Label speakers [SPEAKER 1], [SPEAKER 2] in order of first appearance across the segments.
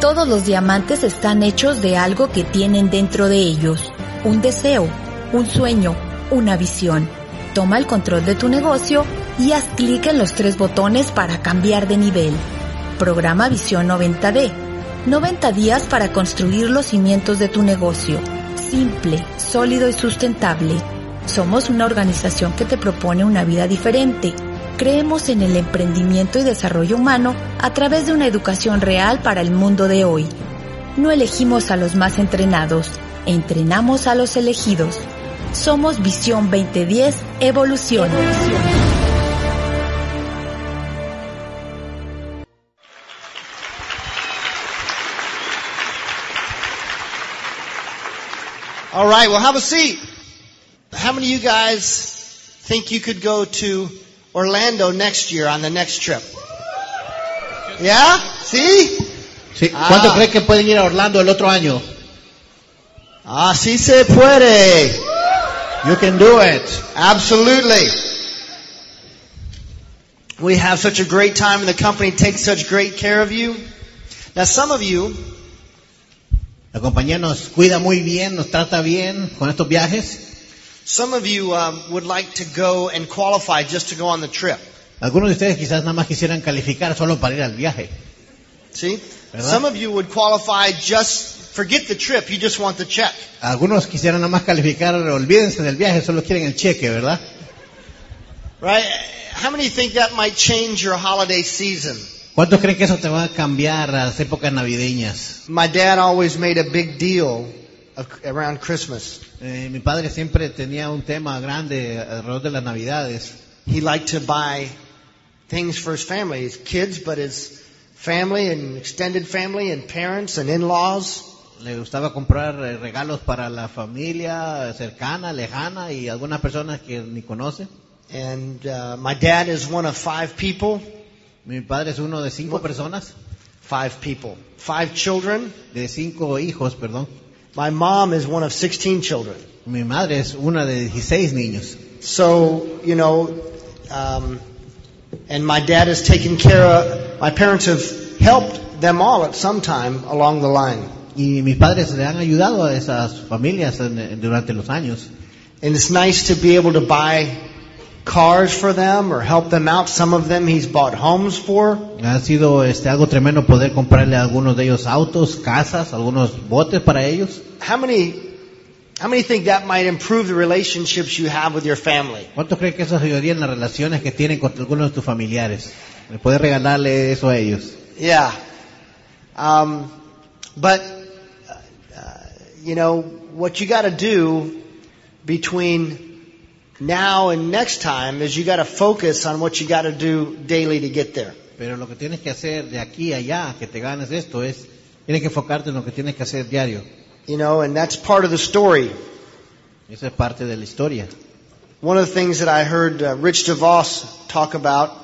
[SPEAKER 1] todos los diamantes están hechos de algo que tienen dentro de ellos, un deseo, un sueño, una visión. Toma el control de tu negocio y haz clic en los tres botones para cambiar de nivel. Programa Visión 90D. 90 días para construir los cimientos de tu negocio. Simple, sólido y sustentable. Somos una organización que te propone una vida diferente. Creemos en el emprendimiento y desarrollo humano a través de una educación real para el mundo de hoy. No elegimos a los más entrenados, entrenamos a los elegidos. Somos Visión 2010 Evolución.
[SPEAKER 2] All right, well, have a seat. How many of you guys think you could go to Orlando next year on the next trip? Yeah? See?
[SPEAKER 3] Sí, ¿Cuánto
[SPEAKER 2] Ah.
[SPEAKER 3] creen que pueden ir a Orlando el otro año?
[SPEAKER 2] Así se puede.
[SPEAKER 3] You can do it.
[SPEAKER 2] Absolutely. We have such a great time and the company takes such great care of you. Now some of you,
[SPEAKER 3] La compañía nos cuida muy bien, nos trata bien con estos viajes.
[SPEAKER 2] some of you um, would like to go and qualify just to go on the trip.
[SPEAKER 3] Algunos de ustedes quizás nada más quisieran calificar solo para ir al viaje.
[SPEAKER 2] See?
[SPEAKER 3] ¿Verdad?
[SPEAKER 2] Some of you would qualify just, forget the trip, you just want the check.
[SPEAKER 3] Algunos quisieran nada más calificar, olvídense del viaje, solo quieren el cheque, ¿verdad?
[SPEAKER 2] Right? How many think that might change your holiday season?
[SPEAKER 3] ¿Cuántos creen que eso te va a cambiar a las épocas navideñas?
[SPEAKER 2] My dad always made a big deal of, around Christmas.
[SPEAKER 3] Eh, mi padre siempre tenía un tema grande alrededor de las navidades.
[SPEAKER 2] He liked to buy things for his family, his kids, but his family and extended family and parents and in-laws.
[SPEAKER 3] Le gustaba comprar eh, regalos para la familia cercana, lejana y algunas personas que ni conoce.
[SPEAKER 2] And uh, my dad is one of five people,
[SPEAKER 3] Mi padre es uno de cinco personas,
[SPEAKER 2] five people, five children.
[SPEAKER 3] de cinco hijos, perdón.
[SPEAKER 2] My mom is one of 16 children.
[SPEAKER 3] Mi madre es una de 16 niños.
[SPEAKER 2] So, you know, um, and my dad has taken care of, my parents have helped them all at some time along the line.
[SPEAKER 3] Y mis padres le han ayudado a esas familias en- en- durante los años.
[SPEAKER 2] And it's nice to be able to buy cars for them or help them out. Some of them he's bought homes for.
[SPEAKER 3] Ha sido este, algo tremendo poder comprarle a algunos de ellos autos, casas, algunos botes para ellos.
[SPEAKER 2] How many, how many think that might improve the relationships you have with your family?
[SPEAKER 3] ¿Cuánto creen que eso ayudaría en las relaciones que tienen con algunos de tus familiares? El Poder regalarle eso a ellos.
[SPEAKER 2] Yeah. Um, but, uh, uh, you know, what you got to do between now and next time is you got to focus on what you got to do daily to get there.
[SPEAKER 3] Pero lo que tienes que hacer de aquí a allá, que te ganes esto, es, tienes que enfocarte en lo que tienes que hacer diario.
[SPEAKER 2] You know, and that's part of the story.
[SPEAKER 3] Esa es parte de la historia.
[SPEAKER 2] One of the things that I heard uh, Rich DeVos talk about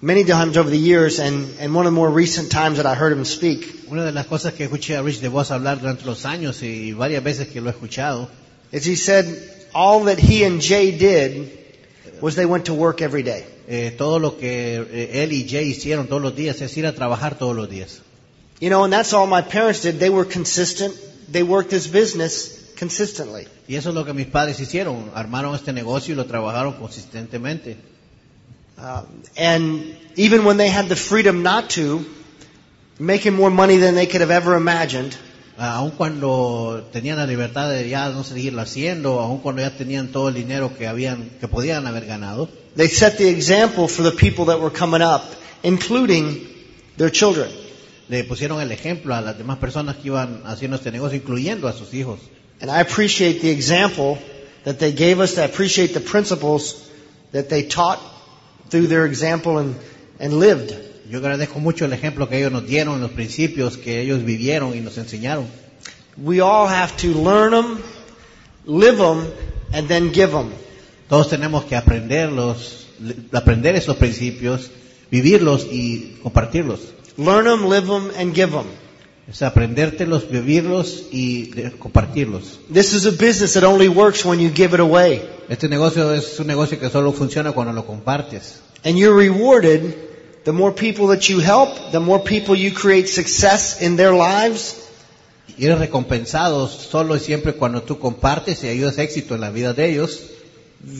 [SPEAKER 2] many times over the years, and, and one of the more recent times that I heard him speak,
[SPEAKER 3] Una de las cosas que escuché a Rich DeVos hablar durante los años y varias veces que lo he escuchado,
[SPEAKER 2] is he said all that he and Jay did was they went to work every day.
[SPEAKER 3] eh, todo lo que eh, él y Jay hicieron todos los días es ir a trabajar todos los días.
[SPEAKER 2] You know, and that's all my parents did. They were consistent. They worked this business consistently.
[SPEAKER 3] Y eso es lo que mis padres hicieron, armaron este negocio y lo trabajaron consistentemente.
[SPEAKER 2] Uh, and even when they had the freedom not to, making more money than they could have ever imagined,
[SPEAKER 3] Ah, Aun cuando tenían la libertad de ya no seguirlo haciendo, aun cuando ya tenían todo el dinero que habían, que podían haber ganado,
[SPEAKER 2] they set the example for the people that were coming up, including their children.
[SPEAKER 3] le pusieron el ejemplo a las demás personas que iban haciendo este negocio, incluyendo a sus hijos.
[SPEAKER 2] And I appreciate the example that they gave us. I appreciate the principles that they taught through their example and, and lived.
[SPEAKER 3] Yo agradezco mucho el ejemplo que ellos nos dieron, los principios que ellos vivieron y nos enseñaron.
[SPEAKER 2] We all have to learn them, live them, and then give them.
[SPEAKER 3] Todos tenemos que aprenderlos, le- aprender esos principios, vivirlos y compartirlos.
[SPEAKER 2] Learn them, live them, and give them.
[SPEAKER 3] Es aprendértelos, vivirlos y de- compartirlos.
[SPEAKER 2] This is a business that only works when you give it away.
[SPEAKER 3] Este negocio es un negocio que solo funciona cuando lo compartes.
[SPEAKER 2] And you're rewarded The more people that you help, the more people you create success in their lives,
[SPEAKER 3] Y eres recompensado solo y siempre cuando tú compartes y ayudas éxito en la vida de ellos.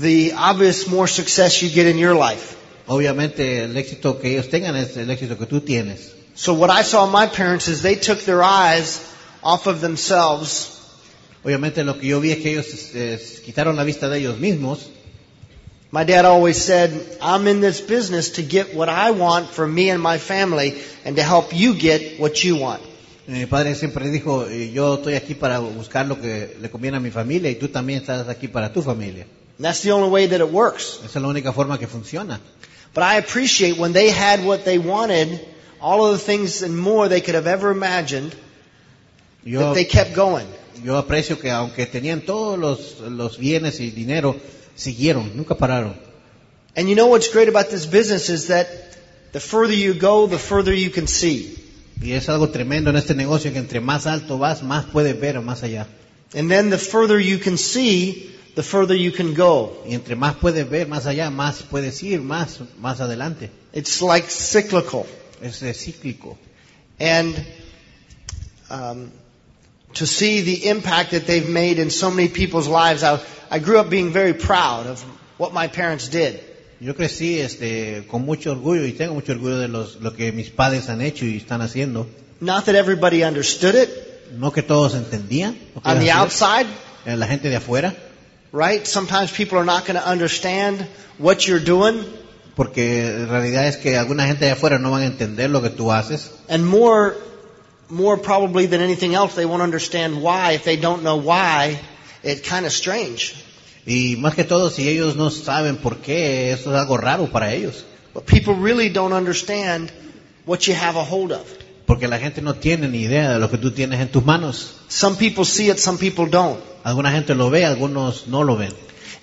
[SPEAKER 2] the obvious more success you get in your life.
[SPEAKER 3] Obviamente el éxito que ellos tengan es el éxito que tú tienes.
[SPEAKER 2] So what I saw in my parents is they took their eyes off of themselves
[SPEAKER 3] Obviamente lo que yo vi es que ellos eh, quitaron la vista de ellos mismos.
[SPEAKER 2] My dad always said, I'm in this business to get what I want for me and my family and to help you get what you want.
[SPEAKER 3] Mi padre siempre dijo, eh, yo estoy aquí para buscar lo que le conviene a mi familia y tú también estás aquí para tu familia.
[SPEAKER 2] And that's the only way that it works.
[SPEAKER 3] Esa es la única forma que funciona.
[SPEAKER 2] But I appreciate when they had what they wanted, all of the things and more they could have ever imagined,
[SPEAKER 3] Yo,
[SPEAKER 2] that they kept going.
[SPEAKER 3] yo aprecio que aunque tenían todos los, los bienes y dinero, siguieron, nunca pararon.
[SPEAKER 2] And you know what's great about this business is that the further you go, the further you can see.
[SPEAKER 3] Y es algo tremendo en este negocio que entre más alto vas, más puedes ver más allá.
[SPEAKER 2] And then the further you can see, the further you can go.
[SPEAKER 3] Y entre más puedes ver más allá, más puedes ir más, más adelante.
[SPEAKER 2] It's like cyclical.
[SPEAKER 3] Es eh, cíclico.
[SPEAKER 2] and um, to see the impact that they've made in so many people's lives. I, I grew up being very proud of what my parents did.
[SPEAKER 3] Yo crecí este, con mucho orgullo y tengo mucho orgullo de los, lo que mis padres han hecho y están haciendo.
[SPEAKER 2] Not that everybody understood it
[SPEAKER 3] No que todos entendían. lo que
[SPEAKER 2] on the
[SPEAKER 3] iban a hacer.
[SPEAKER 2] outside,
[SPEAKER 3] Eh, La gente de afuera.
[SPEAKER 2] right? Sometimes people are not going to understand what you're doing,
[SPEAKER 3] Porque en realidad es que alguna gente de afuera no van a entender lo que tú haces.
[SPEAKER 2] and more, more probably than anything else, they won't understand why. If they don't know why, it's kind of strange.
[SPEAKER 3] Y más que todo, si ellos no saben por qué, eso es algo raro para ellos.
[SPEAKER 2] But people really don't understand what you have a hold of.
[SPEAKER 3] Porque la gente no tiene ni idea de lo que tú tienes en tus manos.
[SPEAKER 2] Some people see it, some people don't.
[SPEAKER 3] Alguna gente lo ve, algunos no lo ven.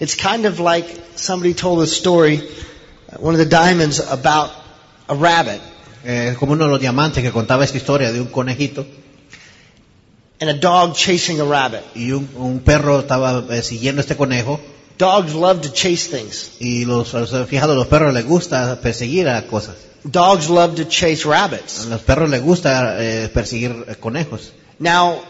[SPEAKER 2] It's kind of like somebody told a story, one of the diamonds, about a rabbit.
[SPEAKER 3] Eh, es como uno de los diamantes que contaba esta historia de un conejito
[SPEAKER 2] And a dog chasing a rabbit.
[SPEAKER 3] y un, un perro estaba eh, siguiendo a este conejo
[SPEAKER 2] Dogs love to chase things.
[SPEAKER 3] y los, los- fijado, los perros les gusta perseguir a cosas.
[SPEAKER 2] Dogs love to chase
[SPEAKER 3] A
[SPEAKER 2] rabbits.
[SPEAKER 3] los perros les gusta eh, perseguir eh, conejos.
[SPEAKER 2] Now,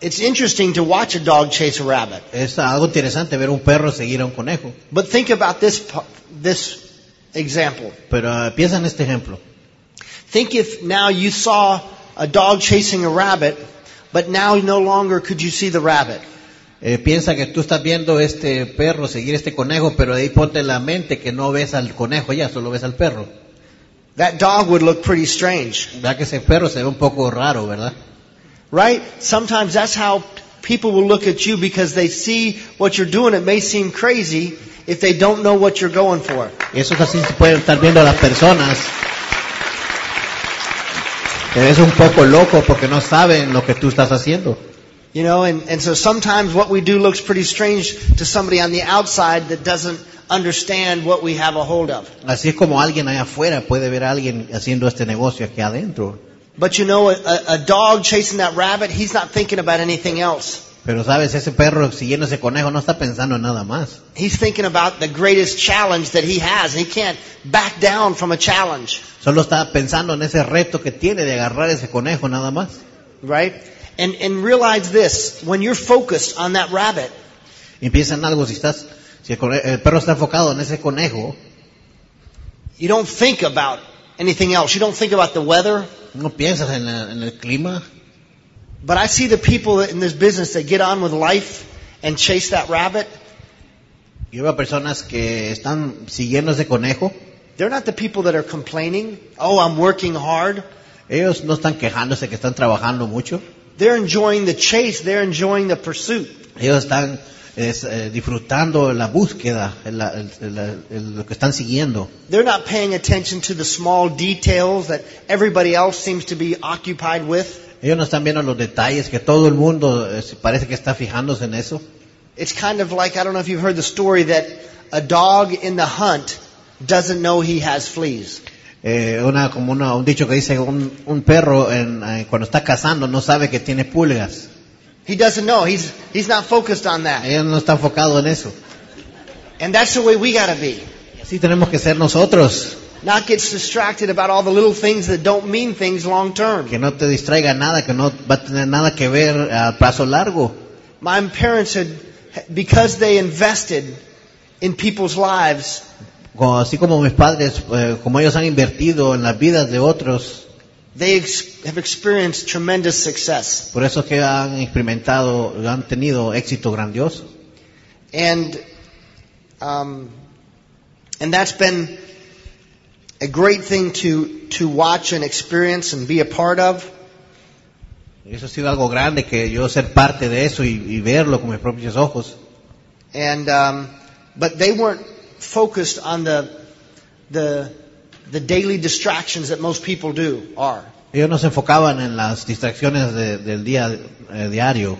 [SPEAKER 2] it's interesting to watch a dog chase a rabbit,
[SPEAKER 3] Es algo interesante ver un perro seguir a un conejo.
[SPEAKER 2] but think about this pu- this example.
[SPEAKER 3] Pero eh, piensa en este ejemplo.
[SPEAKER 2] Think if now you saw a dog chasing a rabbit, but now no longer could you see the rabbit.
[SPEAKER 3] Eh, piensa que tú estás viendo este perro seguir este conejo, pero ahí ponte en la mente que no ves al conejo ya, solo ves al perro.
[SPEAKER 2] That dog would look pretty strange.
[SPEAKER 3] ¿Verdad que ese perro se ve un poco raro, verdad?
[SPEAKER 2] Right? Sometimes that's how people will look at you because they see what you're doing. It may seem crazy if they don't know what you're going for.
[SPEAKER 3] Eso es así se pueden estar viendo a las personas. Te ves un poco loco porque no saben lo que tú estás haciendo.
[SPEAKER 2] You know, and, and so sometimes what we do looks pretty strange to somebody on the outside that doesn't understand what we have a hold of.
[SPEAKER 3] Así es como alguien allá afuera puede ver a alguien haciendo este negocio aquí adentro.
[SPEAKER 2] But you know, a, a a dog chasing that rabbit, he's not thinking about anything else.
[SPEAKER 3] Pero sabes, ese perro siguiendo ese conejo no está pensando en nada más.
[SPEAKER 2] He's thinking about the greatest challenge that he has. He can't back down from a challenge.
[SPEAKER 3] Solo está pensando en ese reto que tiene de agarrar ese conejo nada más.
[SPEAKER 2] Right? And, and realize this, when you're focused on that rabbit,
[SPEAKER 3] Y piensa en algo, si estás, si el, cone- el perro está enfocado en ese conejo,
[SPEAKER 2] You don't think about anything else. You don't think about the weather.
[SPEAKER 3] no piensas en, la- en el clima.
[SPEAKER 2] But I see the people in this business that get on with life and chase that rabbit.
[SPEAKER 3] Yo veo personas que están siguiendo ese conejo,
[SPEAKER 2] They're not the people that are complaining. Oh, I'm working hard.
[SPEAKER 3] ellos no están quejándose que están trabajando mucho,
[SPEAKER 2] They're enjoying the chase. They're enjoying the pursuit.
[SPEAKER 3] ellos están es, eh, disfrutando la búsqueda, la- el- el- el- lo que están siguiendo.
[SPEAKER 2] They're not paying attention to the small details that everybody else seems to be occupied with.
[SPEAKER 3] Ellos no están viendo los detalles, que todo el mundo eh, parece que está fijándose en eso.
[SPEAKER 2] It's kind of like, I don't know if you've heard the story that a dog in the hunt doesn't know he has fleas.
[SPEAKER 3] Eh, una, como una- un dicho que dice, un, un perro en- eh, cuando está cazando no sabe que tiene pulgas.
[SPEAKER 2] He doesn't know. He's, he's not focused on that.
[SPEAKER 3] Ellos no están enfocados en eso.
[SPEAKER 2] And that's the way we gotta be.
[SPEAKER 3] Así tenemos que ser nosotros.
[SPEAKER 2] not gets distracted about all the little things that don't mean things long term.
[SPEAKER 3] Que no te distraiga nada, que no va a tener nada que ver a plazo largo.
[SPEAKER 2] My parents had, because they invested in people's lives,
[SPEAKER 3] Como- así como mis padres, eh, como ellos han invertido en las vidas de otros,
[SPEAKER 2] they ex- have experienced tremendous success.
[SPEAKER 3] por eso es que han experimentado, han tenido éxito grandioso.
[SPEAKER 2] And, um, and that's been a great thing to, to watch and experience and be a part of.
[SPEAKER 3] Y Eso ha sido algo grande que yo ser parte de eso y, y verlo con mis propios ojos.
[SPEAKER 2] And, um, but they weren't focused on the, the, the daily distractions that most people do are.
[SPEAKER 3] Ellos no se enfocaban en las distracciones de- del día eh, diario.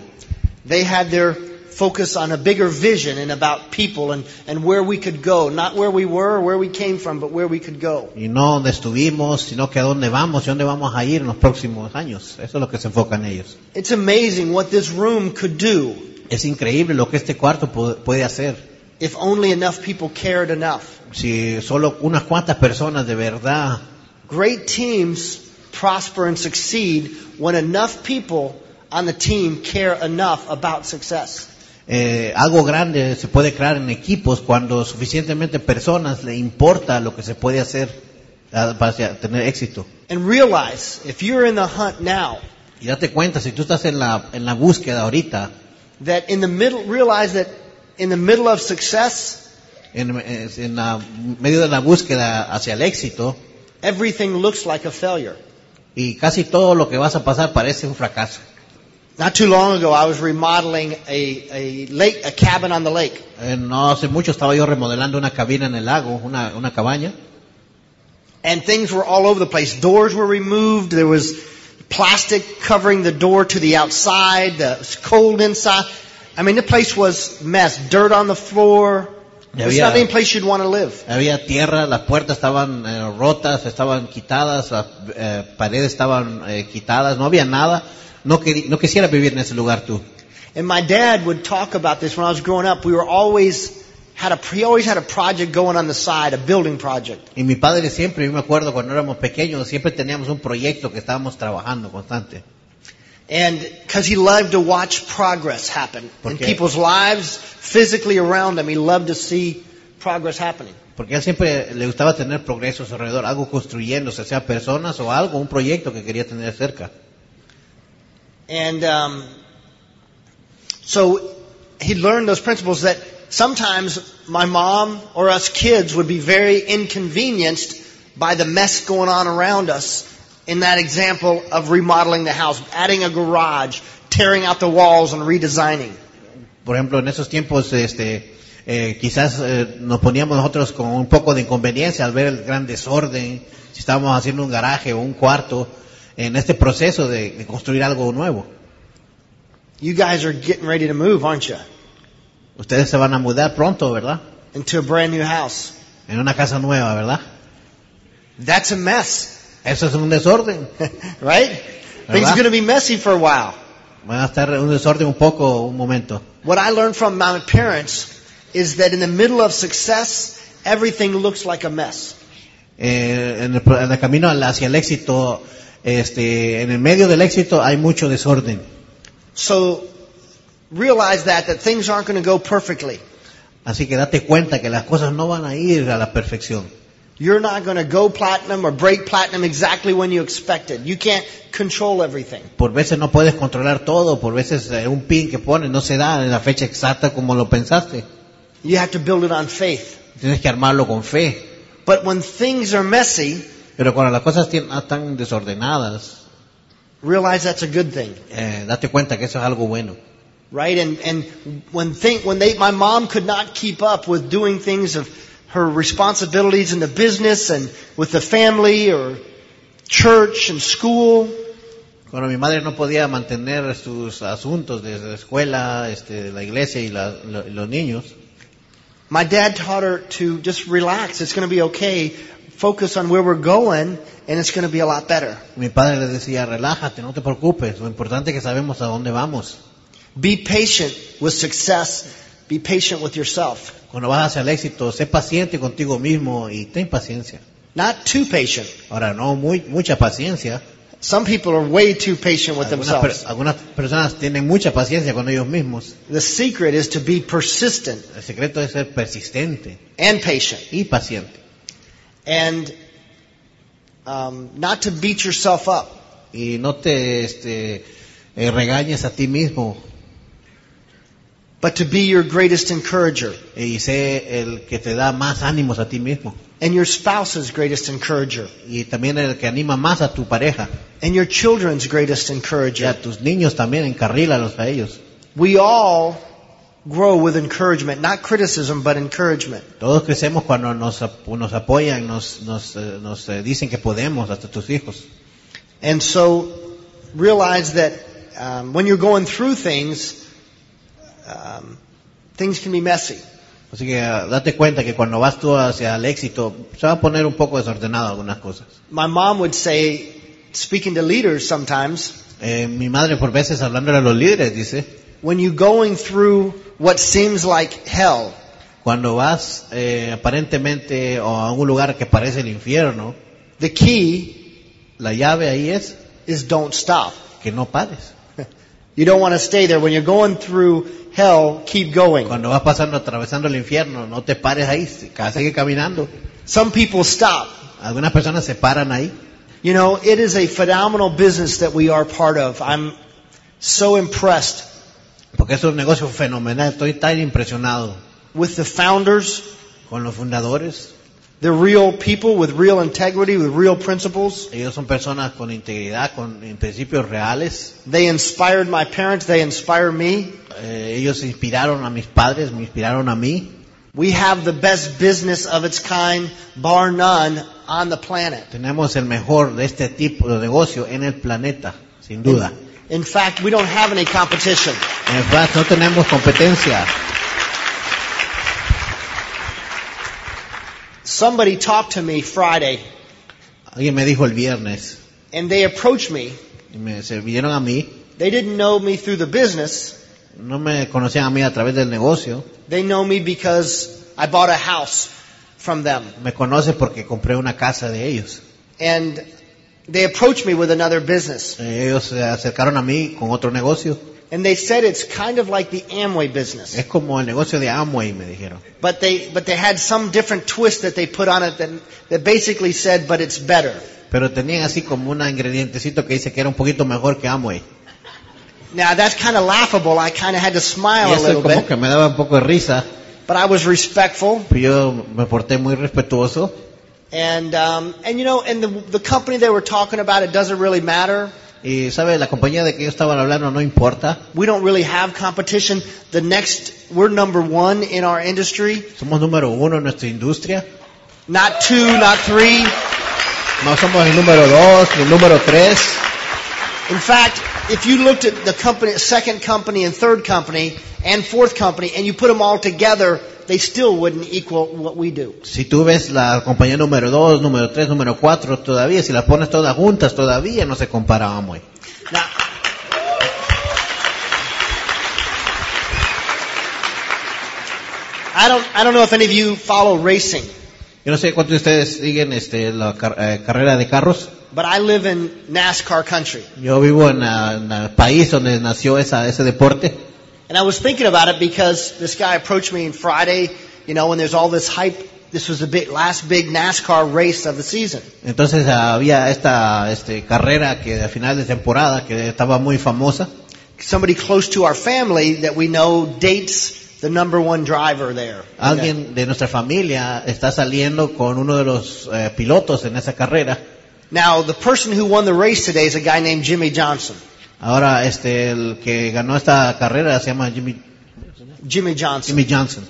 [SPEAKER 2] They had their focus on a bigger vision and about people and, and where we could go. Not where we were or where we came from, but where we could go.
[SPEAKER 3] Y no donde estuvimos, sino que a dónde vamos y dónde vamos a ir en los próximos años. Eso es lo que se enfocan ellos.
[SPEAKER 2] It's amazing what this room could do
[SPEAKER 3] Es increíble lo que este cuarto pu- puede hacer.
[SPEAKER 2] if only enough people cared enough.
[SPEAKER 3] Si solo unas cuantas personas de verdad
[SPEAKER 2] Great teams prosper and succeed when enough people on the team care enough about success.
[SPEAKER 3] Eh, algo grande se puede crear en equipos cuando suficientemente personas le importa lo que se puede hacer ah, para hacia- tener éxito.
[SPEAKER 2] And realize if you're in the hunt now,
[SPEAKER 3] Y date cuenta, si tú estás en la, en la búsqueda ahorita,
[SPEAKER 2] that in the middle, realize that in the middle of success,
[SPEAKER 3] en, eh, en la- medio de la búsqueda hacia el éxito,
[SPEAKER 2] everything looks like a failure.
[SPEAKER 3] y casi todo lo que vas a pasar parece un fracaso.
[SPEAKER 2] Not too long ago, I was remodeling a, a lake, a cabin on the lake.
[SPEAKER 3] Eh, no hace mucho estaba yo remodelando una cabina en el lago, una, una cabaña,
[SPEAKER 2] And things were all over the place. Doors were removed. There was plastic covering the door to the outside. The, it was cold inside. I mean, the place was mess. Dirt on the floor.
[SPEAKER 3] Yeah,
[SPEAKER 2] it's
[SPEAKER 3] yeah.
[SPEAKER 2] not any place you'd want to live.
[SPEAKER 3] había tierra, las puertas estaban eh, rotas, estaban quitadas, las eh, paredes estaban eh, quitadas, no había nada. No, queri- no quisiera vivir en ese lugar tú.
[SPEAKER 2] And my dad would talk about this when I was growing up. We were always had a he always had a project going on the side, a building project.
[SPEAKER 3] Y mi padre siempre, yo me acuerdo cuando éramos pequeños, siempre teníamos un proyecto que estábamos trabajando constante.
[SPEAKER 2] And because he loved to watch progress happen in
[SPEAKER 3] Okay.
[SPEAKER 2] people's lives, physically around them, he loved to see progress happening.
[SPEAKER 3] Porque a él siempre le gustaba tener progresos alrededor, algo construyéndose, sea personas o algo, un proyecto que quería tener cerca.
[SPEAKER 2] And um, so he learned those principles that sometimes my mom or us kids would be very inconvenienced by the mess going on around us in that example of remodeling the house, adding a garage, tearing out the walls and redesigning.
[SPEAKER 3] Por ejemplo, en esos tiempos, este, eh, quizás eh, nos poníamos nosotros con un poco de inconveniencia al ver el gran desorden, si estábamos haciendo un garaje o un cuarto, en este proceso de, de construir algo nuevo.
[SPEAKER 2] You guys are getting ready to move, aren't you?
[SPEAKER 3] Ustedes se van a mudar pronto, ¿verdad?
[SPEAKER 2] Into a brand new house.
[SPEAKER 3] En una casa nueva, ¿verdad?
[SPEAKER 2] That's a mess,
[SPEAKER 3] Eso es un desorden.
[SPEAKER 2] right? Things are
[SPEAKER 3] Right.
[SPEAKER 2] going to be messy for a while.
[SPEAKER 3] Van a estar en un desorden un poco, un momento.
[SPEAKER 2] What I learned from my parents is that in the middle of success, everything looks like a mess.
[SPEAKER 3] Eh, en, el, pro- en el camino al- hacia el éxito, este, en el medio del éxito hay mucho desorden.
[SPEAKER 2] So realize that, that things aren't going to go perfectly.
[SPEAKER 3] Así que date cuenta que las cosas no van a ir a la perfección.
[SPEAKER 2] You're not going to go platinum or break platinum exactly when you expected. You can't control everything.
[SPEAKER 3] Por veces no puedes controlar todo, por veces eh, un pin que pones no se da en la fecha exacta como lo pensaste.
[SPEAKER 2] You have to build it on faith.
[SPEAKER 3] Tienes que armarlo con fe.
[SPEAKER 2] But when things are messy,
[SPEAKER 3] Pero cuando las cosas tien- ah, están desordenadas,
[SPEAKER 2] realize that's a good thing.
[SPEAKER 3] eh, date cuenta que eso es algo bueno.
[SPEAKER 2] right? And and when thing when they my mom could not keep up with doing things of her responsibilities in the business and with the family or church and school,
[SPEAKER 3] Cuando mi madre no podía mantener sus asuntos desde la escuela, este, la iglesia y la- lo- y los niños,
[SPEAKER 2] my dad taught her to just relax. It's going to be okay. Focus on where we're going, and it's going to be a lot better.
[SPEAKER 3] mi padre le decía, relájate, no te preocupes, lo importante es que sabemos a dónde vamos.
[SPEAKER 2] Be patient with success. Be patient with yourself.
[SPEAKER 3] Cuando vas hacia el éxito, sé paciente contigo mismo y ten paciencia.
[SPEAKER 2] Not too patient.
[SPEAKER 3] Ahora, no muy, mucha paciencia.
[SPEAKER 2] Some people are way too patient with
[SPEAKER 3] Algunas, per-
[SPEAKER 2] themselves.
[SPEAKER 3] algunas personas tienen mucha paciencia con ellos mismos.
[SPEAKER 2] The secret is to be persistent
[SPEAKER 3] El secreto es ser persistente
[SPEAKER 2] and patient
[SPEAKER 3] y paciente.
[SPEAKER 2] and um, not to beat yourself up.
[SPEAKER 3] Y no te este, eh, regañes a ti mismo
[SPEAKER 2] but to be your greatest encourager
[SPEAKER 3] y sé el que te da más ánimos a ti mismo.
[SPEAKER 2] and your spouse's greatest encourager
[SPEAKER 3] Y también el que anima más a tu pareja.
[SPEAKER 2] and your children's greatest
[SPEAKER 3] Y a
[SPEAKER 2] encourager.
[SPEAKER 3] tus niños también, encarrílalos a ellos.
[SPEAKER 2] We all grow with encouragement, not criticism, but encouragement.
[SPEAKER 3] Todos crecemos cuando nos, ap- nos apoyan, nos, nos, eh, nos eh, dicen que podemos, hasta tus hijos.
[SPEAKER 2] And so realize that um, when you're going through things, um, things can be messy.
[SPEAKER 3] Así que ah, date cuenta que cuando vas tú hacia el éxito, se va a poner un poco desordenado algunas cosas.
[SPEAKER 2] My mom would say, speaking to leaders sometimes,
[SPEAKER 3] Eh, mi madre por veces hablándole a los líderes dice,
[SPEAKER 2] when you're going through what seems like hell,
[SPEAKER 3] cuando vas eh, aparentemente o a un lugar que parece el infierno,
[SPEAKER 2] the key
[SPEAKER 3] la llave ahí es
[SPEAKER 2] is don't stop.
[SPEAKER 3] que no pares.
[SPEAKER 2] You don't want to stay there. When you're going through hell, keep going.
[SPEAKER 3] Cuando vas pasando, atravesando el infierno, no te pares ahí, si- ca- sigue caminando.
[SPEAKER 2] Some people stop.
[SPEAKER 3] Algunas personas se paran ahí.
[SPEAKER 2] You know, it is a phenomenal business that we are part of. I'm so impressed
[SPEAKER 3] Porque es un negocio fenomenal, estoy tan impresionado
[SPEAKER 2] with the founders.
[SPEAKER 3] con los fundadores.
[SPEAKER 2] They're real people with real integrity, with real principles.
[SPEAKER 3] Ellos son personas con integridad, con eh, principios reales.
[SPEAKER 2] They inspired my parents. They inspire me.
[SPEAKER 3] Eh, ellos inspiraron a mis padres, me inspiraron a mí.
[SPEAKER 2] We have the best business of its kind, bar none, on the planet.
[SPEAKER 3] Tenemos el mejor de este tipo de negocio en el planeta, sin duda.
[SPEAKER 2] In fact, we don't have any competition.
[SPEAKER 3] En verdad, no tenemos competencia.
[SPEAKER 2] Somebody talked to me Friday
[SPEAKER 3] Alguien me dijo el viernes,
[SPEAKER 2] and they approached me.
[SPEAKER 3] y me, se vinieron a mí,
[SPEAKER 2] They didn't know me through the business.
[SPEAKER 3] no me conocían a mí a través del negocio,
[SPEAKER 2] They know me because I bought a house from them.
[SPEAKER 3] me conocen porque compré una casa de ellos.
[SPEAKER 2] And they approached me with another business.
[SPEAKER 3] Eh, Ellos se acercaron a mí con otro negocio.
[SPEAKER 2] And they said it's kind of like the Amway business.
[SPEAKER 3] Es como el negocio de Amway, me dijeron.
[SPEAKER 2] But they, but they had some different twist that they put on it that, that basically said, but it's better.
[SPEAKER 3] Pero tenían así como un ingredientecito que dice que era un poquito mejor que Amway.
[SPEAKER 2] Now that's kind of laughable. I kind of had to
[SPEAKER 3] Y
[SPEAKER 2] smile a
[SPEAKER 3] eso
[SPEAKER 2] little
[SPEAKER 3] como
[SPEAKER 2] bit.
[SPEAKER 3] que me daba un poco de risa.
[SPEAKER 2] But I was respectful.
[SPEAKER 3] Pero yo me porté muy respetuoso.
[SPEAKER 2] And, um, and you know, and the, the company they were talking about, it doesn't really matter.
[SPEAKER 3] Y sabe, la compañía de que ellos estaban hablando no importa.
[SPEAKER 2] We don't really have competition. The next, we're number one in our industry.
[SPEAKER 3] Somos número uno en nuestra industria.
[SPEAKER 2] Not two, not three.
[SPEAKER 3] No somos el número dos, ni el número tres.
[SPEAKER 2] In fact, if you looked at the company, second company and third company and fourth company, and you put them all together, they still wouldn't equal what we do.
[SPEAKER 3] Si tú ves la compañía número dos, número tres, número cuatro, todavía, si las pones todas juntas, todavía no se compara a Amway.
[SPEAKER 2] Now, I don't, I don't know if any of you follow racing,
[SPEAKER 3] Yo no sé cuántos de ustedes siguen este, la car- eh, carrera de carros.
[SPEAKER 2] but I live in NASCAR country.
[SPEAKER 3] Yo vivo en, ah, en el país donde nació esa, ese deporte.
[SPEAKER 2] And I was thinking about it because this guy approached me on Friday, you know, and there's all this hype. This was the big, last big NASCAR race of the season.
[SPEAKER 3] Entonces había esta este, carrera que a final de temporada que estaba muy famosa.
[SPEAKER 2] somebody close to our family that we know dates the number one driver there.
[SPEAKER 3] Alguien de nuestra familia está saliendo con uno de los eh, pilotos en esa carrera.
[SPEAKER 2] Now, the person who won the race today is a guy named Jimmy Johnson.
[SPEAKER 3] Ahora este el que ganó esta carrera se llama Jimmy,
[SPEAKER 2] Jimmy Johnson.
[SPEAKER 3] Jimmy Johnson.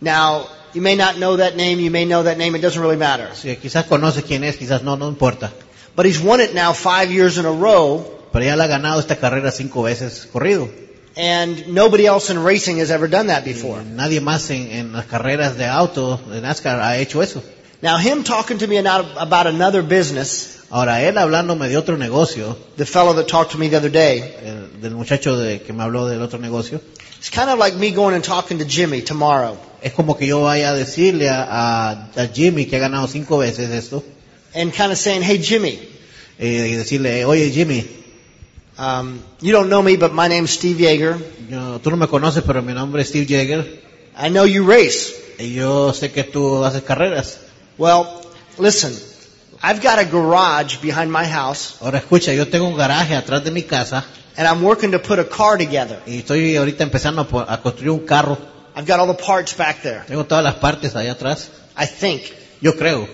[SPEAKER 2] Now, you may not know that name, you may know that name, it doesn't really matter.
[SPEAKER 3] Sí, quizás conoce quién es, quizás no, no importa.
[SPEAKER 2] But he's won it now five years in a row,
[SPEAKER 3] Pero ya la ha ganado esta carrera cinco veces corrido.
[SPEAKER 2] and nobody else in racing has ever done that before.
[SPEAKER 3] Nadie más en, en las carreras de auto de NASCAR ha hecho eso.
[SPEAKER 2] Now, him talking to me about about another business,
[SPEAKER 3] Ahora él hablándome de otro negocio,
[SPEAKER 2] the fellow that talked to me the other day,
[SPEAKER 3] el- del muchacho de, que me habló del otro negocio,
[SPEAKER 2] it's kind of like me going and talking to Jimmy tomorrow.
[SPEAKER 3] es como que yo vaya a decirle a, a- a Jimmy que ha ganado cinco veces esto,
[SPEAKER 2] and kind of saying, "Hey, Jimmy,
[SPEAKER 3] eh, y decirle, oye Jimmy,
[SPEAKER 2] um, you don't know me, but my name's Steve Yeager.
[SPEAKER 3] yo- tú no me conoces, pero mi nombre es Steve Jagger
[SPEAKER 2] I know you race.
[SPEAKER 3] y yo sé que tú haces carreras.
[SPEAKER 2] Well, listen, I've got a garage behind my house,
[SPEAKER 3] Ahora escucha, yo tengo un garaje atrás de mi casa
[SPEAKER 2] and I'm working to put a car together.
[SPEAKER 3] y estoy ahorita empezando a, po- a construir un carro.
[SPEAKER 2] I've got all the parts back there.
[SPEAKER 3] Tengo todas las partes allá atrás.
[SPEAKER 2] I think.
[SPEAKER 3] Yo creo.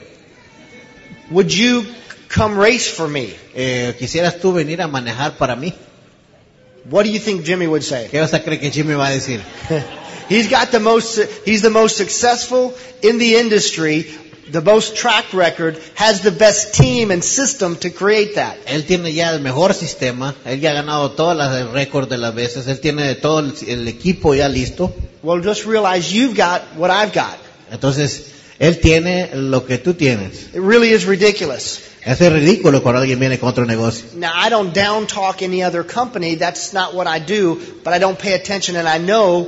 [SPEAKER 2] Would you come race for me?"
[SPEAKER 3] Eh, quisieras tú venir a manejar para mí.
[SPEAKER 2] What do you think Jimmy would say?
[SPEAKER 3] ¿Qué vas a creer que Jimmy va a decir?
[SPEAKER 2] he's got the most, he's the most successful in the industry, the most track record, has the best team and system to create that.
[SPEAKER 3] Él tiene ya el mejor sistema. Él ya ha ganado todas las el récord de las veces. Él tiene todo el, el equipo ya listo.
[SPEAKER 2] Well, just realize you've got what I've got.
[SPEAKER 3] Entonces, él tiene lo que tú tienes.
[SPEAKER 2] It really is ridiculous.
[SPEAKER 3] Eso es ridículo cuando alguien viene con otro negocio.
[SPEAKER 2] Now, I don't down talk any other company. That's not what I do, but I don't pay attention and I know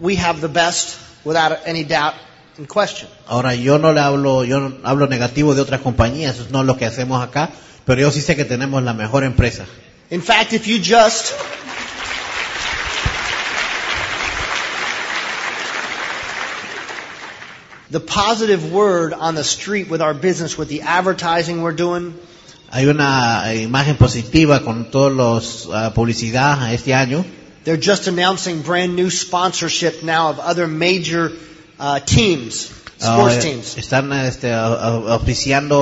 [SPEAKER 2] we have the best without any doubt and question.
[SPEAKER 3] Ahora, yo no le hablo, yo no hablo negativo de otras compañías. Eso no es lo que hacemos acá. Pero yo sí sé que tenemos la mejor empresa.
[SPEAKER 2] In fact, if you just the positive word on the street with our business, with the advertising we're doing,
[SPEAKER 3] Hay una imagen positiva con todos los ah, publicidad este año.
[SPEAKER 2] they're just announcing brand new sponsorship now of other major uh, teams, sports
[SPEAKER 3] Ah,
[SPEAKER 2] teams.
[SPEAKER 3] Están este, a- a- oficiando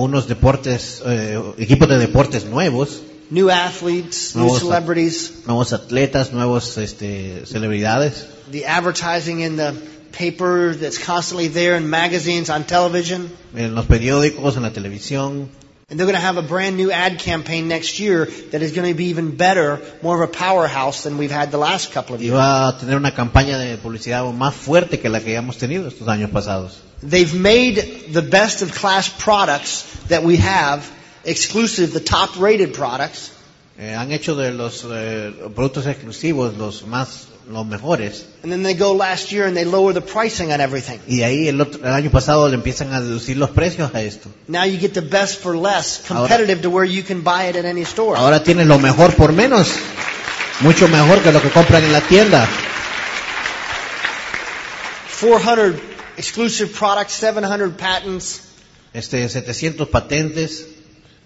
[SPEAKER 3] unos deportes, eh, equipos de deportes nuevos,
[SPEAKER 2] New athletes, new
[SPEAKER 3] Nuevos-
[SPEAKER 2] celebrities.
[SPEAKER 3] nuevos atletas, nuevos este, celebridades.
[SPEAKER 2] The advertising in the paper that's constantly there in magazines, on television.
[SPEAKER 3] En los periódicos, en la televisión.
[SPEAKER 2] And they're going to have a brand new ad campaign next year that is going to be even better, more of a powerhouse than we've had the last couple of
[SPEAKER 3] Y
[SPEAKER 2] years.
[SPEAKER 3] va a tener una campaña de publicidad más fuerte que la que hemos tenido estos años pasados.
[SPEAKER 2] They've made the best of class products that we have exclusive, the top rated products.
[SPEAKER 3] Eh, han hecho de los eh, productos exclusivos los más los mejores
[SPEAKER 2] And then they go last year and they lower the pricing on everything.
[SPEAKER 3] y de ahí el, otro- el año pasado le empiezan a deducir los precios a esto
[SPEAKER 2] Now you get the best for less, competitive to where you can buy it at any store.
[SPEAKER 3] ahora tienes lo mejor por menos mucho mejor que lo que compran en la tienda
[SPEAKER 2] 400 exclusive products, 700 patents.
[SPEAKER 3] este 700 patentes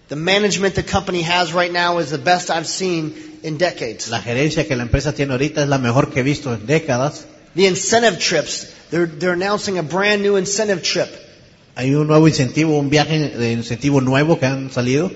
[SPEAKER 2] The management the company has right now is the best I've seen in decades.
[SPEAKER 3] la gerencia que la empresa tiene ahorita es la mejor que he visto en décadas
[SPEAKER 2] The incentive trips, they're, they're announcing a brand new incentive trip
[SPEAKER 3] hay un nuevo incentivo un viaje de incentivo nuevo que han salido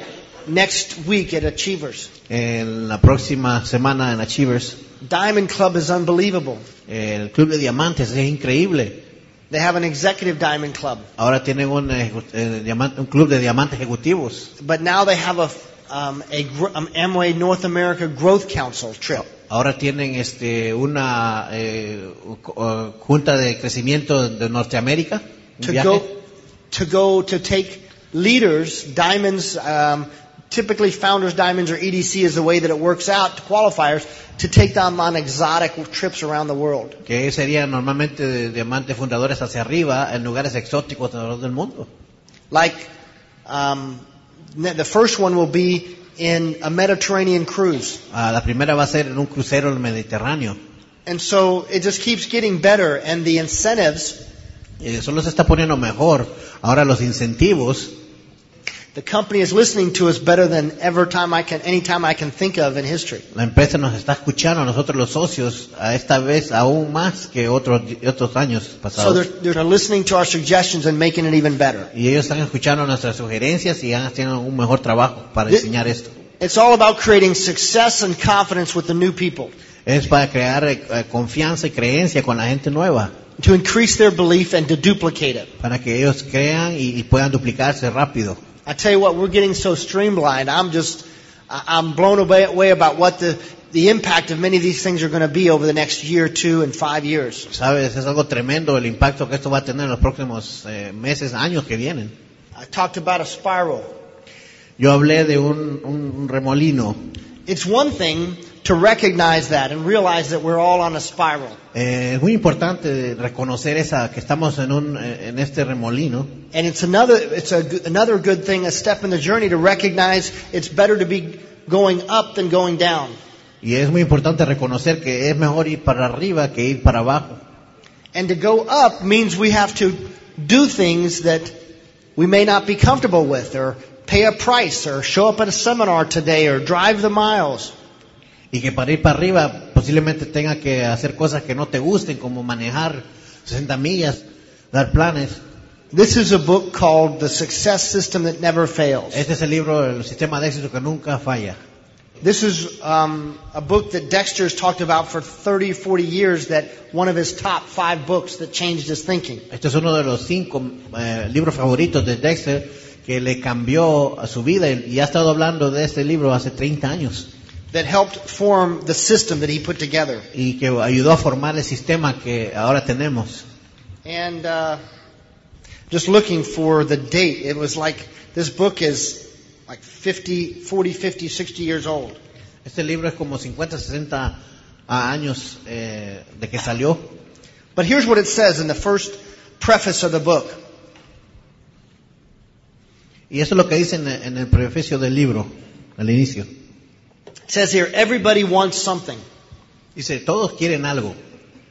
[SPEAKER 2] next week at Achievers.
[SPEAKER 3] en la próxima semana en Achievers
[SPEAKER 2] Diamond Club is unbelievable.
[SPEAKER 3] el club de diamantes es increíble
[SPEAKER 2] They have an executive Diamond Club,
[SPEAKER 3] Ahora tienen un, ejecu- eh, diamante- un club de diamantes ejecutivos.
[SPEAKER 2] but now they have a, um, a gr- um, Amway North America Growth Council trip.
[SPEAKER 3] Ahora tienen este, una eh, u- co- eh, junta de crecimiento de Norteamérica. un
[SPEAKER 2] To
[SPEAKER 3] viaje,
[SPEAKER 2] go, to go to take leaders, diamonds, um, typically founders diamonds or EDC is the way that it works out to qualifiers to take them on exotic trips around the world.
[SPEAKER 3] que serían normalmente de diamantes fundadores hacia arriba en lugares exóticos alrededor del mundo.
[SPEAKER 2] Like um, ne- the first one will be in a Mediterranean cruise.
[SPEAKER 3] Ah, la primera va a ser en un crucero en el Mediterráneo.
[SPEAKER 2] And so it just keeps getting better, and the incentives,
[SPEAKER 3] Eh, solo se está poniendo mejor. Ahora los incentivos.
[SPEAKER 2] the company is listening to us better than ever time I can, any time I can think of in history.
[SPEAKER 3] La empresa nos está escuchando a nosotros los socios a esta vez aún más que otros otros años
[SPEAKER 2] So
[SPEAKER 3] pasados.
[SPEAKER 2] they're, they're listening to our suggestions and making it even better.
[SPEAKER 3] Y ellos están escuchando nuestras sugerencias y han haciendo un mejor trabajo para
[SPEAKER 2] Ye-
[SPEAKER 3] diseñar esto.
[SPEAKER 2] It's all about creating success and confidence with the new people
[SPEAKER 3] Es para crear eh, confianza y creencia con la gente nueva,
[SPEAKER 2] to increase their belief and to duplicate it.
[SPEAKER 3] para que ellos crean y, y puedan duplicarse rápido.
[SPEAKER 2] I tell you what, we're getting so streamlined. I'm just, I- I'm blown away, away about what the, the impact of many of these things are going to be over the next year, two, and five years.
[SPEAKER 3] Sabes, es algo tremendo el impacto que esto va a tener en los próximos eh, meses, años que vienen.
[SPEAKER 2] I talked about a spiral.
[SPEAKER 3] Yo hablé de un, un remolino
[SPEAKER 2] It's one thing to recognize that and realize that we're all on a spiral.
[SPEAKER 3] Eh, es muy importante reconocer esa que estamos en un eh, en este remolino
[SPEAKER 2] And it's another, it's a, g- another good thing, a step in the journey to recognize it's better to be going up than going down.
[SPEAKER 3] y es muy importante reconocer que es mejor ir para arriba que ir para abajo.
[SPEAKER 2] And to go up means we have to do things that we may not be comfortable with or pay a price or show up at a seminar today or drive the miles.
[SPEAKER 3] Y que para ir para arriba posiblemente tenga que hacer cosas que no te gusten, como manejar 60 millas, dar planes.
[SPEAKER 2] This is a book called The Success System That Never Fails.
[SPEAKER 3] Este es el libro, El sistema de éxito que nunca falla.
[SPEAKER 2] This is um, a book that Dexter's talked about for 30, 40 years that one of his top five books that changed his thinking.
[SPEAKER 3] Este es uno de los cinco eh, libros favoritos de Dexter que le cambió a su vida y y ha estado hablando de este libro hace 30 años
[SPEAKER 2] that helped form the system that he put together.
[SPEAKER 3] y que ayudó a formar el sistema que ahora tenemos.
[SPEAKER 2] And uh, just looking for the date, it was like this book is like 50, 40, 50, 60 years old.
[SPEAKER 3] Este libro es como 50, 60 a- años eh, de que salió.
[SPEAKER 2] But here's what it says in the first preface of the book
[SPEAKER 3] Y eso es lo que dice en, en el prefacio del libro, al inicio.
[SPEAKER 2] it says here, everybody wants something,
[SPEAKER 3] Dice, todos quieren algo,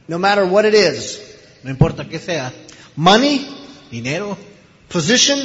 [SPEAKER 2] no matter what it is
[SPEAKER 3] no importa qué sea,
[SPEAKER 2] money,
[SPEAKER 3] dinero,
[SPEAKER 2] position,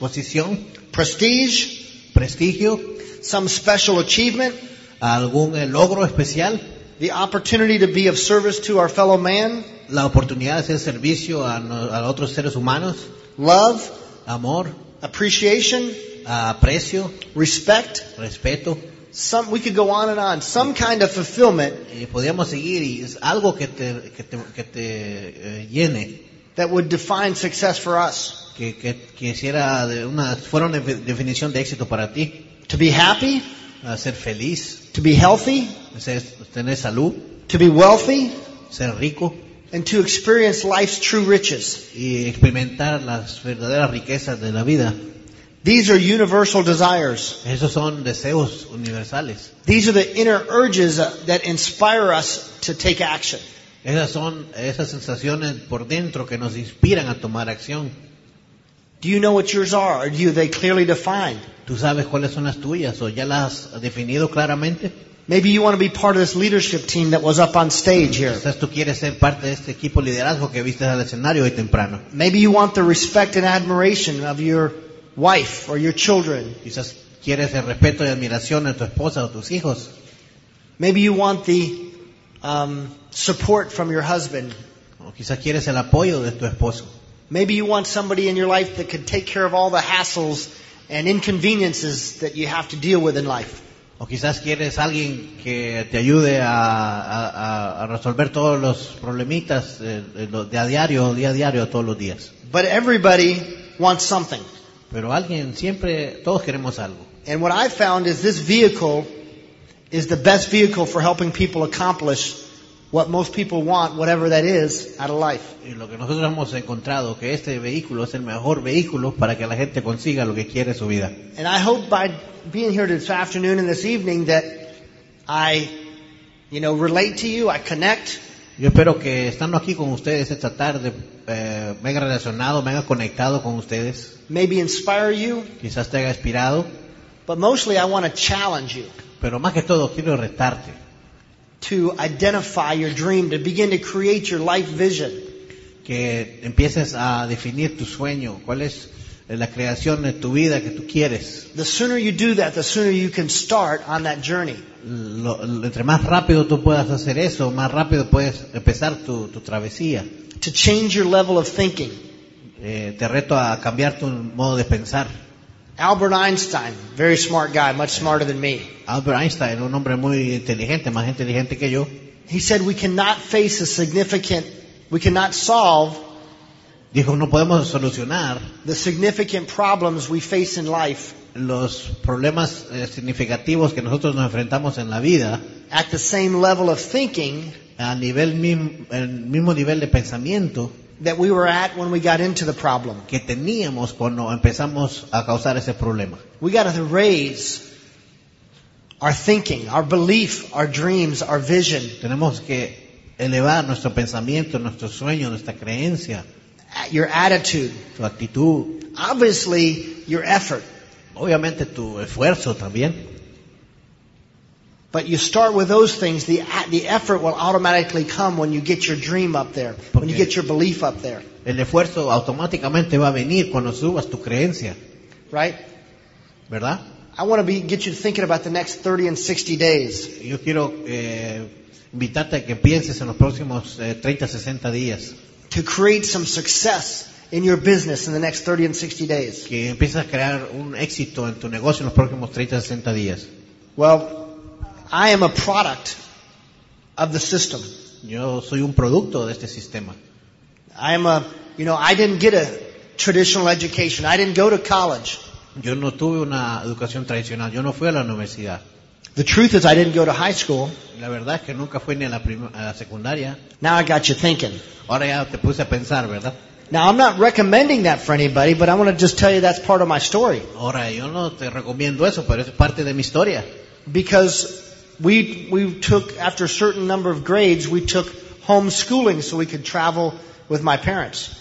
[SPEAKER 3] posición,
[SPEAKER 2] prestige,
[SPEAKER 3] prestigio,
[SPEAKER 2] some special achievement,
[SPEAKER 3] algún eh, logro especial,
[SPEAKER 2] the opportunity to be of service to our fellow man,
[SPEAKER 3] la oportunidad de hacer servicio a, no- a otros seres humanos,
[SPEAKER 2] love,
[SPEAKER 3] amor,
[SPEAKER 2] appreciation,
[SPEAKER 3] aprecio,
[SPEAKER 2] respect,
[SPEAKER 3] respeto.
[SPEAKER 2] some we could go on and on some kind of fulfillment
[SPEAKER 3] Eh, podríamos seguir y es algo que te, que te, que te, eh, llene,
[SPEAKER 2] that would define success for us
[SPEAKER 3] que, que, que hiciera de una, fuera una defi- definición de éxito para ti.
[SPEAKER 2] to be happy
[SPEAKER 3] A ser feliz,
[SPEAKER 2] to be healthy
[SPEAKER 3] ser, tener salud,
[SPEAKER 2] to be wealthy
[SPEAKER 3] ser rico
[SPEAKER 2] and to experience life's true riches
[SPEAKER 3] y experimentar las verdaderas riquezas de la vida.
[SPEAKER 2] these are universal desires
[SPEAKER 3] Esos son deseos universales.
[SPEAKER 2] these are the inner urges uh, that inspire us to take action
[SPEAKER 3] Esas son esas sensaciones por dentro que nos inspiran a tomar acción.
[SPEAKER 2] do you know what yours are or do you they clearly defined
[SPEAKER 3] ¿Tú sabes cuáles son las tuyas o ya las has definido claramente?
[SPEAKER 2] maybe you want to be part of this leadership team that was up on stage here
[SPEAKER 3] Quizás tú quieres ser parte de este equipo de liderazgo que viste al escenario hoy temprano.
[SPEAKER 2] maybe you want the respect and admiration of your wife or your children
[SPEAKER 3] Quizás quieres el respeto y admiración de tu esposa o tus hijos.
[SPEAKER 2] Maybe you want the um, support from your husband.
[SPEAKER 3] O quizás quieres el apoyo de tu esposo.
[SPEAKER 2] Maybe you want somebody in your life that could take care of all the hassles and inconveniences that you have to deal with in life.
[SPEAKER 3] O quizás quieres alguien que te ayude a, a- a resolver todos los problemitas eh, de, lo- de a diario, día a diario, todos los días.
[SPEAKER 2] But everybody wants something.
[SPEAKER 3] Pero alguien siempre, todos queremos algo.
[SPEAKER 2] And what I found is this vehicle is the best vehicle for helping people accomplish what most people want, whatever that is, out of life.
[SPEAKER 3] Y lo que nosotros hemos encontrado, que este vehículo es el mejor vehículo para que la gente consiga lo que quiere en su vida.
[SPEAKER 2] And I hope by being here this afternoon and this evening that I, you know, relate to you, I connect,
[SPEAKER 3] Yo espero que estando aquí con ustedes esta tarde, eh, me haya relacionado, me haya conectado con ustedes,
[SPEAKER 2] maybe inspire you,
[SPEAKER 3] quizás te haya inspirado,
[SPEAKER 2] But mostly I want to challenge you
[SPEAKER 3] pero más que todo quiero retarte,
[SPEAKER 2] to identify your dream, to begin to create your life vision.
[SPEAKER 3] que empieces a definir tu sueño, cuál es la creación de tu vida que tú quieres.
[SPEAKER 2] The sooner you do that, the sooner you can start on that journey.
[SPEAKER 3] Lo- lo- entre más rápido tú puedas hacer eso, más rápido puedes empezar tu, tu travesía.
[SPEAKER 2] To change your level of thinking.
[SPEAKER 3] Eh, te reto a cambiar tu modo de pensar.
[SPEAKER 2] Albert Einstein, very smart guy, much smarter than me.
[SPEAKER 3] Albert Einstein, un hombre muy inteligente, más inteligente que yo,
[SPEAKER 2] He said we cannot face a significant, we cannot solve
[SPEAKER 3] dijo, no podemos solucionar
[SPEAKER 2] the significant problems we face in life
[SPEAKER 3] los problemas eh, significativos que nosotros nos enfrentamos en la vida
[SPEAKER 2] at the same level of thinking
[SPEAKER 3] al nivel mim- el mismo nivel de pensamiento
[SPEAKER 2] that we were at when we got into the problem.
[SPEAKER 3] que teníamos cuando empezamos a causar ese problema.
[SPEAKER 2] We got to raise our thinking, our belief, our dreams, our vision.
[SPEAKER 3] Tenemos que elevar nuestro pensamiento, nuestro sueño, nuestra creencia,
[SPEAKER 2] your attitude,
[SPEAKER 3] tu actitud,
[SPEAKER 2] obviously your effort.
[SPEAKER 3] obviamente tu esfuerzo también.
[SPEAKER 2] But you start with those things, the, the effort will automatically come when you get your dream up there, when you
[SPEAKER 3] Okay.
[SPEAKER 2] get your belief up there,
[SPEAKER 3] El esfuerzo automáticamente va a venir cuando subas tu creencia,
[SPEAKER 2] right?
[SPEAKER 3] ¿verdad?
[SPEAKER 2] I want to be, get you thinking about the next 30 and 60 days.
[SPEAKER 3] Yo quiero eh, invitarte a que pienses en los próximos eh, 30, 60 días,
[SPEAKER 2] to create some success in your business in the next 30 and 60 days.
[SPEAKER 3] que empieces a crear un éxito en tu negocio en los próximos 30, 60 días.
[SPEAKER 2] Well, I am a product of the system.
[SPEAKER 3] Yo soy un producto de este sistema.
[SPEAKER 2] I am a, you know, I didn't get a traditional education. I didn't go to college.
[SPEAKER 3] Yo no tuve una educación tradicional, yo no fui a la universidad.
[SPEAKER 2] The truth is I didn't go to high school.
[SPEAKER 3] La verdad es que nunca fui ni a la, prim- a la secundaria.
[SPEAKER 2] Now I got you thinking.
[SPEAKER 3] Ahora ya te puse a pensar, ¿verdad?
[SPEAKER 2] Now I'm not recommending that for anybody, but I want to just tell you that's part of my story
[SPEAKER 3] Ahora yo no te recomiendo eso, pero es parte de mi historia.
[SPEAKER 2] because we we took after a certain number of grades we took homeschooling so we could travel with my parents.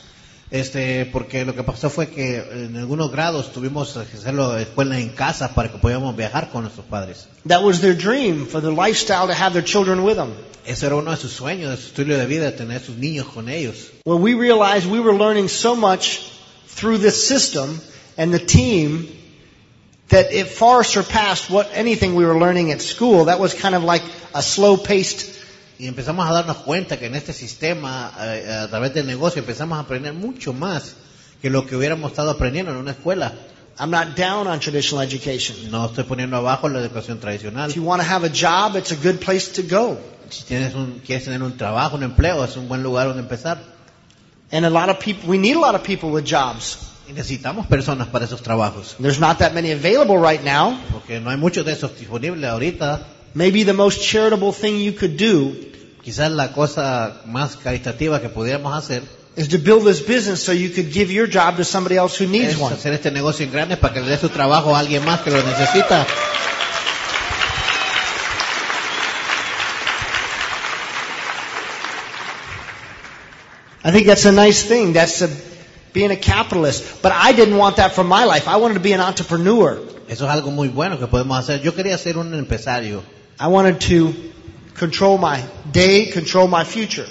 [SPEAKER 3] Este, porque lo que pasó fue que en algunos grados tuvimos que hacerlo escuelas en casa para que podíamos viajar con nuestros padres.
[SPEAKER 2] That was their dream for the lifestyle to have their children with them.
[SPEAKER 3] Eso era uno de sus sueños, de su estilo de vida, tener sus niños con ellos.
[SPEAKER 2] Well, we realized we were learning so much through this system and the team that it far surpassed what anything we were learning at school. That was kind of like a slow-paced.
[SPEAKER 3] Y empezamos a darnos cuenta que en este sistema, eh, a través del negocio, empezamos a aprender mucho más que lo que hubiéramos estado aprendiendo en una escuela.
[SPEAKER 2] I'm not down on traditional education.
[SPEAKER 3] No estoy poniendo abajo la educación tradicional.
[SPEAKER 2] If you want to have a job, it's a good place to go.
[SPEAKER 3] Si tienes un, quieres tener un trabajo, un empleo, es un buen lugar donde empezar.
[SPEAKER 2] And a lot of people, we need a lot of people with jobs.
[SPEAKER 3] Y necesitamos personas para esos trabajos,
[SPEAKER 2] There's not that many available right now.
[SPEAKER 3] porque no hay muchos de esos disponibles ahorita.
[SPEAKER 2] Maybe the most charitable thing you could do
[SPEAKER 3] Quizás la cosa más caritativa que pudiéramos hacer
[SPEAKER 2] is to build this business so you could give your job to somebody else who needs
[SPEAKER 3] es
[SPEAKER 2] one.
[SPEAKER 3] hacer este negocio en grande para que le dé su trabajo a alguien más que lo necesita.
[SPEAKER 2] I think that's a nice thing. That's a, being a capitalist. But I didn't want that for my life. I wanted to be an entrepreneur.
[SPEAKER 3] Eso es algo muy bueno que podemos hacer. Yo quería ser un empresario.
[SPEAKER 2] I wanted to control my day, control my future.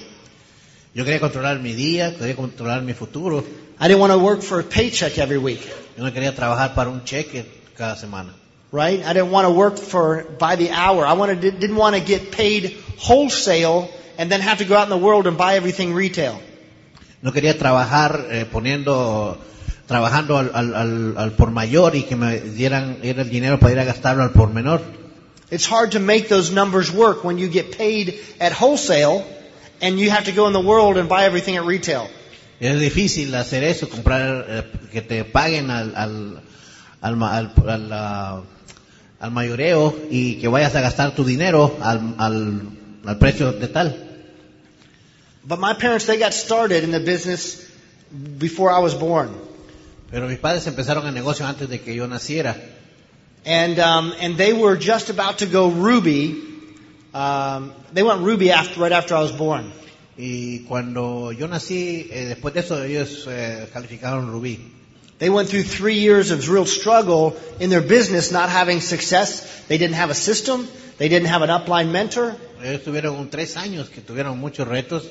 [SPEAKER 3] Yo quería controlar mi día, quería controlar mi futuro.
[SPEAKER 2] I didn't want to work for a paycheck every week,
[SPEAKER 3] Yo no quería trabajar para un cheque cada semana.
[SPEAKER 2] right? I didn't want to work for by the hour. I wanted didn't want to get paid wholesale and then have to go out in the world and buy everything retail.
[SPEAKER 3] No quería trabajar eh, poniendo, trabajando al, al- al- al por mayor y que me dieran era el dinero para ir a gastarlo al por menor.
[SPEAKER 2] It's hard to make those numbers work when you get paid at wholesale and you have to go in the world and buy everything at retail.
[SPEAKER 3] Es difícil hacer eso, comprar, eh, que te paguen al, al, al, ma- al, al, ah, al mayoreo y que vayas a gastar tu dinero al, al, al precio de tal.
[SPEAKER 2] But my parents, they got started in the business before I was born.
[SPEAKER 3] Pero mis padres empezaron el negocio antes de que yo naciera.
[SPEAKER 2] And, um, and they were just about to go Ruby. Um, they went Ruby after, right after I was born.
[SPEAKER 3] Y cuando yo nací, eh, después de eso ellos eh, calificaron Rubí.
[SPEAKER 2] They went through three years of real struggle in their business, not having success. They didn't have a system. They didn't have an upline mentor.
[SPEAKER 3] Ellos tuvieron un tres años que tuvieron muchos retos,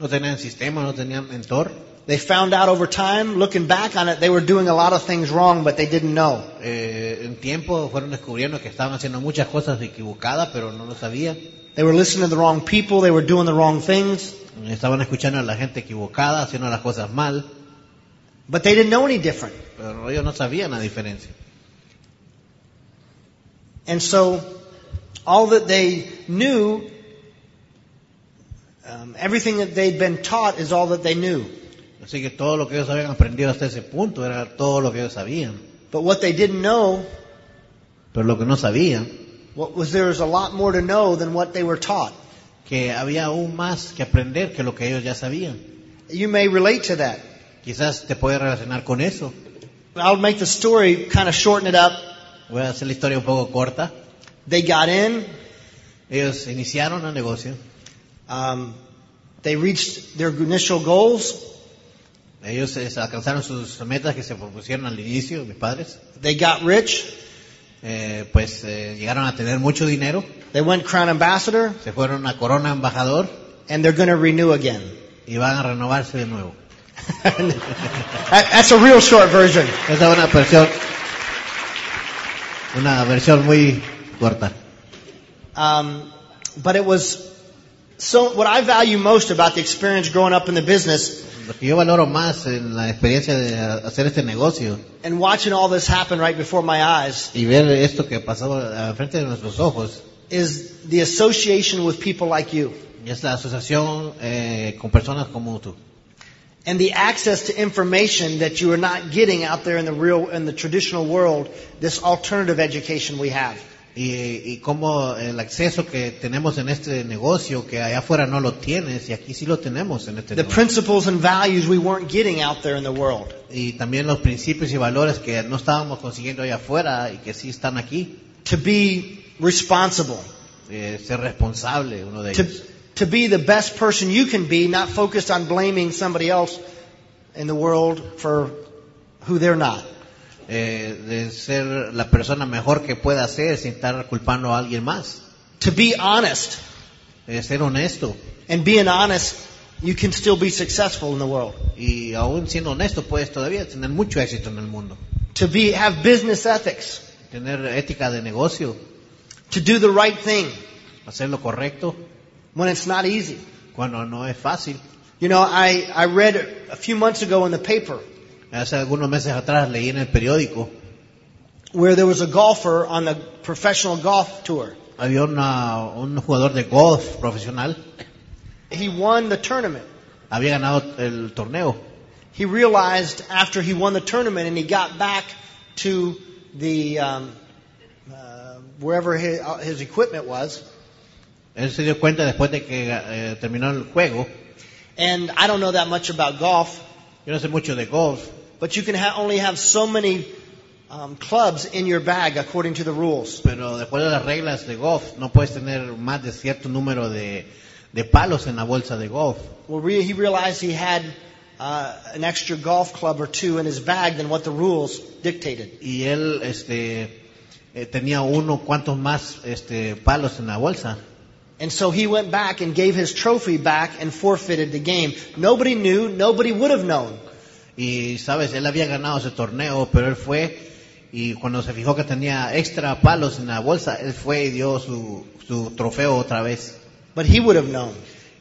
[SPEAKER 3] no tenían sistema, no tenían mentor.
[SPEAKER 2] They found out over time, looking back on it, they were doing a lot of things wrong, but they didn't know.
[SPEAKER 3] Eh, en tiempo fueron descubriendo que estaban haciendo muchas cosas equivocadas, pero no lo sabían.
[SPEAKER 2] They were listening to the wrong people. They were doing the wrong things,
[SPEAKER 3] Estaban escuchando a la gente equivocada, haciendo las cosas mal,
[SPEAKER 2] but they didn't know any different.
[SPEAKER 3] pero ellos no sabían la diferencia.
[SPEAKER 2] And so, all that they knew, um, everything that they'd been taught is all that they knew.
[SPEAKER 3] Así que todo lo que ellos habían aprendido hasta ese punto era todo lo que ellos sabían.
[SPEAKER 2] But what they didn't know,
[SPEAKER 3] Pero lo que no sabían,
[SPEAKER 2] what was there is a lot more to know than what they were taught.
[SPEAKER 3] que había aún más que aprender que lo que ellos ya sabían.
[SPEAKER 2] You may relate to that.
[SPEAKER 3] Quizás te puedes relacionar con eso.
[SPEAKER 2] I'll make the story kind of shorten it up.
[SPEAKER 3] Voy a hacer la historia un poco corta.
[SPEAKER 2] They got in,
[SPEAKER 3] Ellos iniciaron el negocio,
[SPEAKER 2] um, they reached their initial goals,
[SPEAKER 3] ellos eh, alcanzaron sus metas que se propusieron al inicio, mis padres,
[SPEAKER 2] they got rich,
[SPEAKER 3] Eh, pues eh, llegaron a tener mucho dinero,
[SPEAKER 2] they went crown ambassador,
[SPEAKER 3] se fueron a Corona Embajador
[SPEAKER 2] and they're going to renew again.
[SPEAKER 3] y van a renovarse de nuevo.
[SPEAKER 2] That- That's a real short version.
[SPEAKER 3] Esa es una versión, una versión muy corta.
[SPEAKER 2] Um, but it was so. What I value most about the experience growing up in the business
[SPEAKER 3] Lo que yo valoro más en la experiencia de hacer este negocio
[SPEAKER 2] and watching all this happen right before my eyes
[SPEAKER 3] y ver esto que pasó al frente de nuestros ojos
[SPEAKER 2] is the association with people like you
[SPEAKER 3] y es la asociación eh, con personas como tú
[SPEAKER 2] and the access to information that you are not getting out there in the real, in the traditional world. This alternative education we have.
[SPEAKER 3] y, y cómo el acceso que tenemos en este negocio que allá afuera no lo tienes y aquí sí lo tenemos en este
[SPEAKER 2] The
[SPEAKER 3] negocio.
[SPEAKER 2] principles and values we weren't getting out there in the world.
[SPEAKER 3] y también los principios y valores que no estábamos consiguiendo allá afuera y que sí están aquí
[SPEAKER 2] To be responsible.
[SPEAKER 3] Eh, ser responsable uno de
[SPEAKER 2] To,
[SPEAKER 3] ellos
[SPEAKER 2] to be the best person you can be, not focused on blaming somebody else in the world for who they're not.
[SPEAKER 3] Eh, de ser la persona mejor que pueda ser sin estar culpando a alguien más
[SPEAKER 2] To be honest.
[SPEAKER 3] Eh, ser honesto
[SPEAKER 2] And being honest, you can still be successful in the world.
[SPEAKER 3] y aún siendo honesto puedes todavía tener mucho éxito en el mundo
[SPEAKER 2] To be, have business ethics.
[SPEAKER 3] tener ética de negocio
[SPEAKER 2] To do the right thing
[SPEAKER 3] hacer lo correcto
[SPEAKER 2] when it's not easy.
[SPEAKER 3] cuando no es fácil
[SPEAKER 2] You know, I, I read a few months ago in the paper
[SPEAKER 3] Hace algunos meses atrás leí en el periódico,
[SPEAKER 2] where there was a golfer on the professional golf tour.
[SPEAKER 3] había una- un jugador de golf profesional,
[SPEAKER 2] He won the tournament.
[SPEAKER 3] había ganado el torneo
[SPEAKER 2] he realized after he won the tournament and he got back to the um, uh, wherever his, uh, his equipment was.
[SPEAKER 3] Él se dio cuenta después de que eh, terminó el juego.
[SPEAKER 2] And I don't know that much about golf,
[SPEAKER 3] Yo no sé mucho de golf,
[SPEAKER 2] but you can ha- only have so many um, clubs in your bag according to the rules.
[SPEAKER 3] pero de acuerdo a las reglas de golf, no puedes tener más de cierto número de, de palos en la bolsa de golf.
[SPEAKER 2] Well, re- he realized he had uh, an extra golf club or two in his bag than what the rules dictated.
[SPEAKER 3] Y él este, eh, tenía uno cuantos más este, palos en la bolsa.
[SPEAKER 2] And so he went back and gave his trophy back and forfeited the game. Nobody knew. Nobody would have known.
[SPEAKER 3] Y sabes, él había ganado ese torneo, pero él fue y cuando se fijó que tenía extra palos en la bolsa, él fue y dio su, su trofeo otra vez.
[SPEAKER 2] But he would have known.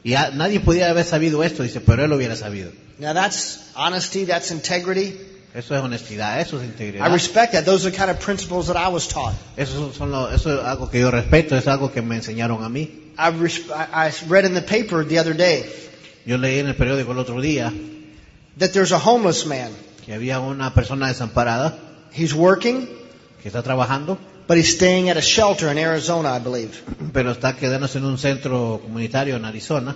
[SPEAKER 3] Y a- nadie podía haber sabido esto, dice, pero él lo hubiera sabido.
[SPEAKER 2] Now that's honesty, that's integrity.
[SPEAKER 3] Eso es honestidad, eso es integridad.
[SPEAKER 2] I respect that. Those are the kind of principles that I was taught.
[SPEAKER 3] Eso, son lo- eso es algo que yo respeto, es algo que me enseñaron a mí.
[SPEAKER 2] I, res- I I read in the paper the other day
[SPEAKER 3] Yo leí en el periódico el otro día
[SPEAKER 2] that there's a homeless man.
[SPEAKER 3] que había una persona desamparada
[SPEAKER 2] He's working,
[SPEAKER 3] que está trabajando,
[SPEAKER 2] but he's staying at a shelter in Arizona, I believe.
[SPEAKER 3] pero está quedándose en un centro comunitario en Arizona.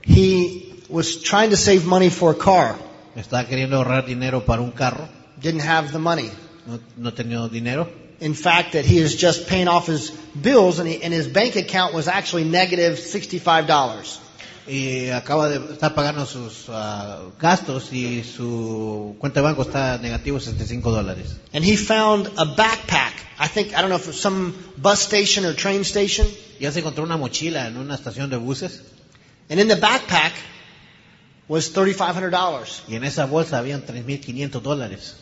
[SPEAKER 2] He was trying to save money for a car,
[SPEAKER 3] Está queriendo ahorrar dinero para un carro,
[SPEAKER 2] didn't have the money.
[SPEAKER 3] no, no tenía dinero.
[SPEAKER 2] In fact, that he is just paying off his bills and, he, and his bank account was actually negative $65.
[SPEAKER 3] y acaba de estar pagando sus ah, gastos y su cuenta de banco está negativo 65 dólares.
[SPEAKER 2] And he found a backpack. I think, I don't know if it was some bus station or train station.
[SPEAKER 3] Ya se encontró una mochila en una estación de buses
[SPEAKER 2] And in the backpack was $3,500.
[SPEAKER 3] y en esa bolsa habían 3.500 dólares.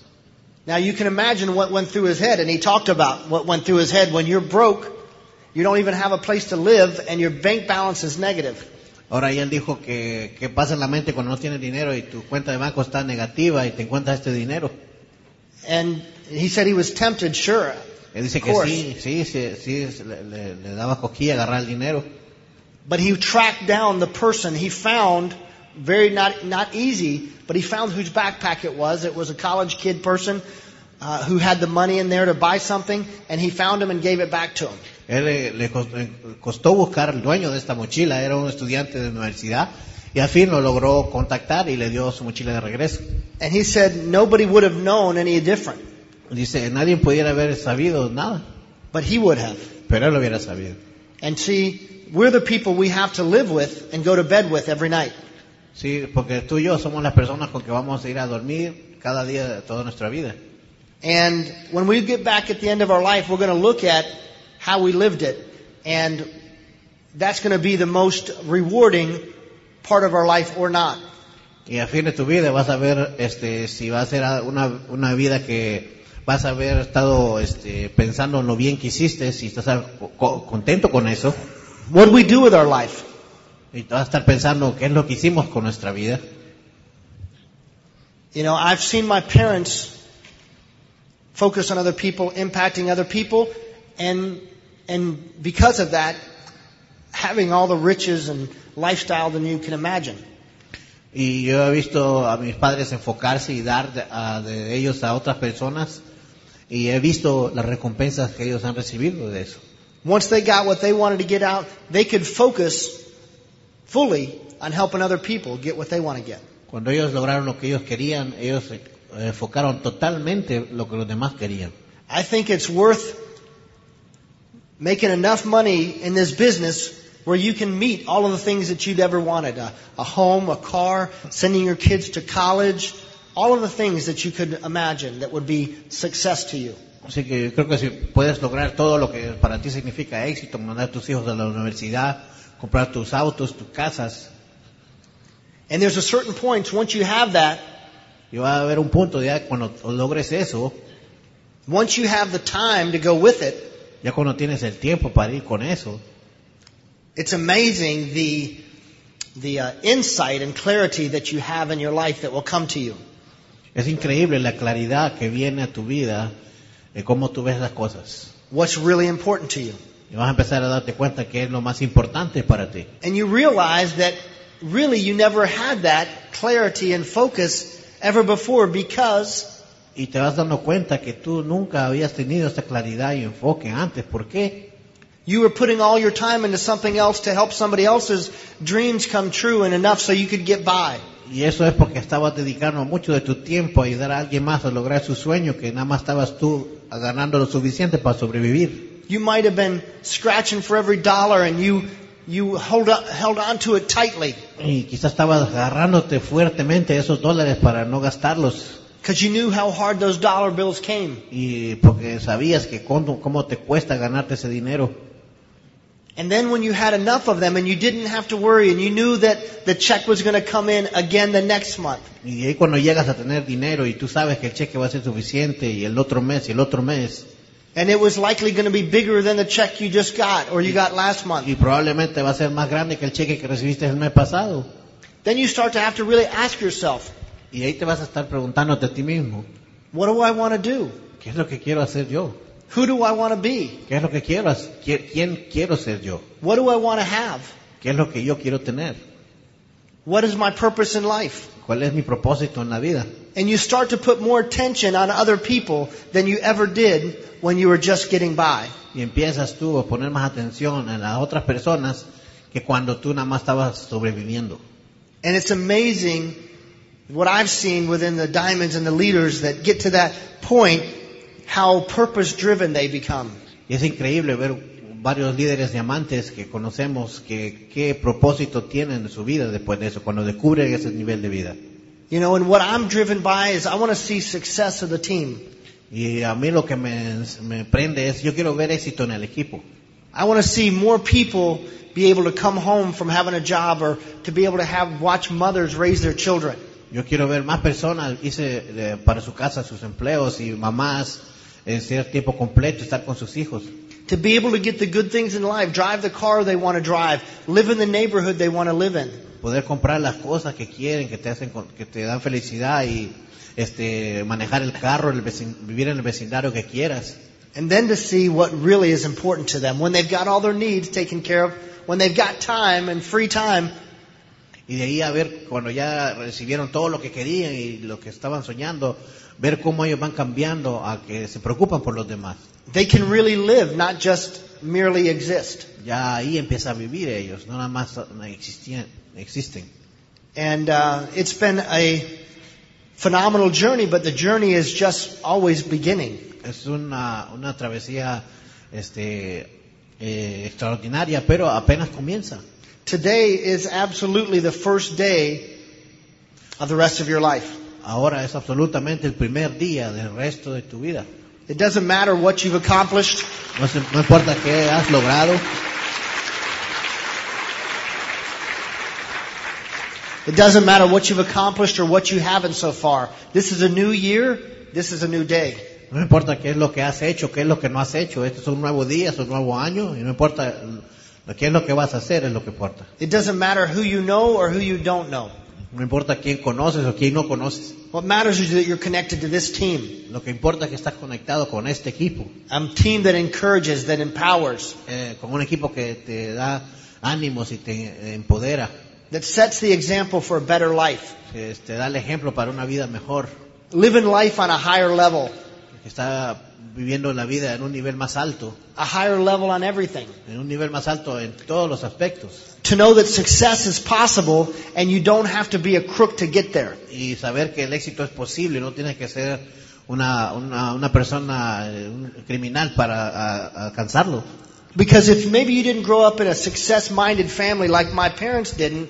[SPEAKER 2] Now you can imagine what went through his head, and he talked about what went through his head when you're broke, you don't even have a place to live, and your bank balance is negative.
[SPEAKER 3] Ahora y él dijo que, que pasa en la mente cuando no tienes dinero y tu cuenta de banco está negativa y te encuentras este dinero.
[SPEAKER 2] And he said he was tempted, sure.
[SPEAKER 3] Él dice
[SPEAKER 2] Of
[SPEAKER 3] que
[SPEAKER 2] course.
[SPEAKER 3] sí, sí, sí, sí, le, le- le daba cosquilla agarrar el dinero.
[SPEAKER 2] But he tracked down the person he found, very not, not easy, but he found whose backpack it was. It was a college kid person uh, who had the money in there to buy something, and he found him and gave it back to him.
[SPEAKER 3] Él eh, le, cos- le costó buscar al dueño de esta mochila, era un estudiante de universidad, y al fin lo logró contactar y le dio su mochila de regreso.
[SPEAKER 2] And he said nobody would have known any different.
[SPEAKER 3] Dice, nadie pudiera haber sabido nada.
[SPEAKER 2] But he would have.
[SPEAKER 3] Pero él lo hubiera sabido.
[SPEAKER 2] And see, we're the people we have to live with and go to bed with every night.
[SPEAKER 3] Sí, porque tú y yo somos las personas con que vamos a ir a dormir cada día de toda nuestra vida.
[SPEAKER 2] And when we get back at the end of our life, we're going to look at how we lived it. And that's going to be the most rewarding part of our life or not.
[SPEAKER 3] Y al fin de tu vida vas a ver este, si va a ser una, una vida que vas a haber estado este, pensando en lo bien que hiciste, si estás al- co- contento con eso,
[SPEAKER 2] What do we do with our life?
[SPEAKER 3] y te vas a estar pensando qué es lo que hicimos con nuestra vida.
[SPEAKER 2] You know, I've seen my parents focus on other people, impacting other people, and and because of that, having all the riches and lifestyle that you can imagine.
[SPEAKER 3] Y yo he visto a mis padres enfocarse y dar de, a- de ellos a otras personas, y he visto las recompensas que ellos han recibido de eso.
[SPEAKER 2] Once they got what they wanted to get out, they could focus fully on helping other people get what they want to get.
[SPEAKER 3] Cuando ellos lograron lo que ellos querían, ellos eh, enfocaron totalmente lo que los demás querían.
[SPEAKER 2] I think it's worth making enough money in this business where you can meet all of the things that you've ever wanted a, a home, a car, sending your kids to college, all of the things that you could imagine that would be success to you.
[SPEAKER 3] Así que yo creo que si puedes lograr todo lo que para ti significa éxito, mandar a tus hijos a la universidad, comprar tus autos, tus casas,
[SPEAKER 2] And there's a certain point, once you have that,
[SPEAKER 3] y va a haber un punto ya cuando logres eso,
[SPEAKER 2] once you have the time to go with it,
[SPEAKER 3] ya cuando tienes el tiempo para ir con eso,
[SPEAKER 2] it's amazing the, the uh, insight and clarity that you have in your life that will come to you.
[SPEAKER 3] es increíble la claridad que viene a tu vida de cómo tú ves las cosas.
[SPEAKER 2] What's really important to you.
[SPEAKER 3] Y vas a empezar a darte cuenta que es lo más importante para ti.
[SPEAKER 2] And you realize that really you never had that clarity and focus ever before because
[SPEAKER 3] Y te vas dando cuenta que tú nunca habías tenido esta claridad y enfoque antes. ¿Por qué?
[SPEAKER 2] you were putting all your time into something else to help somebody else's dreams come true and enough so you could get by.
[SPEAKER 3] Y eso es porque estabas dedicando mucho de tu tiempo a ayudar a alguien más a lograr su sueño, que nada más estabas tú ganando lo suficiente para sobrevivir.
[SPEAKER 2] You might have been scratching for every dollar and you you hold up, held on to it tightly
[SPEAKER 3] Y quizás estabas agarrándote fuertemente esos dólares para no gastarlos.
[SPEAKER 2] because you knew how hard those dollar bills came.
[SPEAKER 3] Y porque sabías que cómo, cómo te cuesta ganarte ese dinero.
[SPEAKER 2] And then when you had enough of them and you didn't have to worry and you knew that the check was going to come in again the next month.
[SPEAKER 3] Y ahí cuando llegas a tener dinero y tú sabes que el cheque va a ser suficiente y el otro mes y el otro mes.
[SPEAKER 2] And it was likely going to be bigger than the check you just got or you got last
[SPEAKER 3] Y
[SPEAKER 2] month.
[SPEAKER 3] probablemente va a ser más grande que el cheque que recibiste el mes pasado.
[SPEAKER 2] Then you start to have to really ask yourself,
[SPEAKER 3] Y ahí te vas a estar preguntándote a ti mismo,
[SPEAKER 2] what do I want to do?
[SPEAKER 3] ¿qué es lo que quiero hacer yo?
[SPEAKER 2] Who do I want to be?
[SPEAKER 3] ¿Qué es lo que quiero? hacer? ¿Qui- ¿Quién quiero ser yo?
[SPEAKER 2] What do I want to have?
[SPEAKER 3] ¿Qué es lo que yo quiero tener?
[SPEAKER 2] What is my purpose in life?
[SPEAKER 3] ¿Cuál es mi propósito en la vida?
[SPEAKER 2] And you start to put more attention on other people than you ever did when you were just getting by.
[SPEAKER 3] Y empiezas tú a poner más atención en las otras personas que cuando tú nada más estabas sobreviviendo.
[SPEAKER 2] And it's amazing what I've seen within the diamonds and the leaders that get to that point, how purpose driven they become.
[SPEAKER 3] Y es increíble ver varios líderes diamantes que conocemos que qué propósito tienen en su vida después de eso, cuando descubren ese nivel de vida.
[SPEAKER 2] You know, and what I'm driven by is I want to see success of the team.
[SPEAKER 3] Y a mí lo que me, me prende es, yo quiero ver éxito en el equipo.
[SPEAKER 2] I want to see more people be able to come home from having a job or to be able to have watch mothers raise their children.
[SPEAKER 3] Yo quiero ver más personas hice eh, para su casa sus empleos y mamás en ser tiempo completo estar con sus hijos
[SPEAKER 2] To be able to get the good things in life, drive the car they want to drive, live in the neighborhood they want to live in.
[SPEAKER 3] poder comprar las cosas que quieren que te hacen con- que te dan felicidad y este manejar el carro el vecin- vivir en el vecindario que quieras
[SPEAKER 2] And then to see what really is important to them when they've got all their needs taken care of, when they've got time and free time,
[SPEAKER 3] y de ahí a ver cuando ya recibieron todo lo que querían y lo que estaban soñando ver cómo ellos van cambiando a que se preocupan por los demás
[SPEAKER 2] they can really live, not just merely exist.
[SPEAKER 3] ya ahí empieza a vivir ellos no nada más existían existen
[SPEAKER 2] And uh, it's been a phenomenal journey, but the journey is just always beginning.
[SPEAKER 3] Es una, una travesía este, eh, extraordinaria, pero apenas comienza.
[SPEAKER 2] Today is absolutely the first day of the rest of your life.
[SPEAKER 3] Ahora es absolutamente el primer día del resto de tu vida.
[SPEAKER 2] It doesn't matter what you've accomplished.
[SPEAKER 3] No, se- no importa qué has logrado,
[SPEAKER 2] It doesn't matter what you've accomplished or what you haven't so far. This is a new year. This is a new day.
[SPEAKER 3] no importa qué es lo que has hecho, qué es lo que no has hecho. Este es un nuevo día, es un nuevo año, y no importa lo- qué es lo que vas a hacer, es lo que importa.
[SPEAKER 2] It doesn't matter who you know or who you don't know.
[SPEAKER 3] No importa quién conoces o quién no conoces.
[SPEAKER 2] What matters is that you're connected to this team.
[SPEAKER 3] Lo que importa es que estás conectado con este equipo,
[SPEAKER 2] A team that encourages, that empowers,
[SPEAKER 3] eh, con un equipo que te da ánimos y te eh, empodera,
[SPEAKER 2] that sets the example for a better life.
[SPEAKER 3] que te da el ejemplo para una vida mejor,
[SPEAKER 2] Living life on a higher level,
[SPEAKER 3] que está viviendo la vida en un nivel más alto,
[SPEAKER 2] a higher level on everything.
[SPEAKER 3] en un nivel más alto en todos los aspectos.
[SPEAKER 2] To know that success is possible and you don't have to be a crook to get there.
[SPEAKER 3] Y saber que el éxito es posible, no tienes que ser una, una, una persona, eh, un criminal para a- alcanzarlo.
[SPEAKER 2] Because if maybe you didn't grow up in a success minded family like my parents didn't,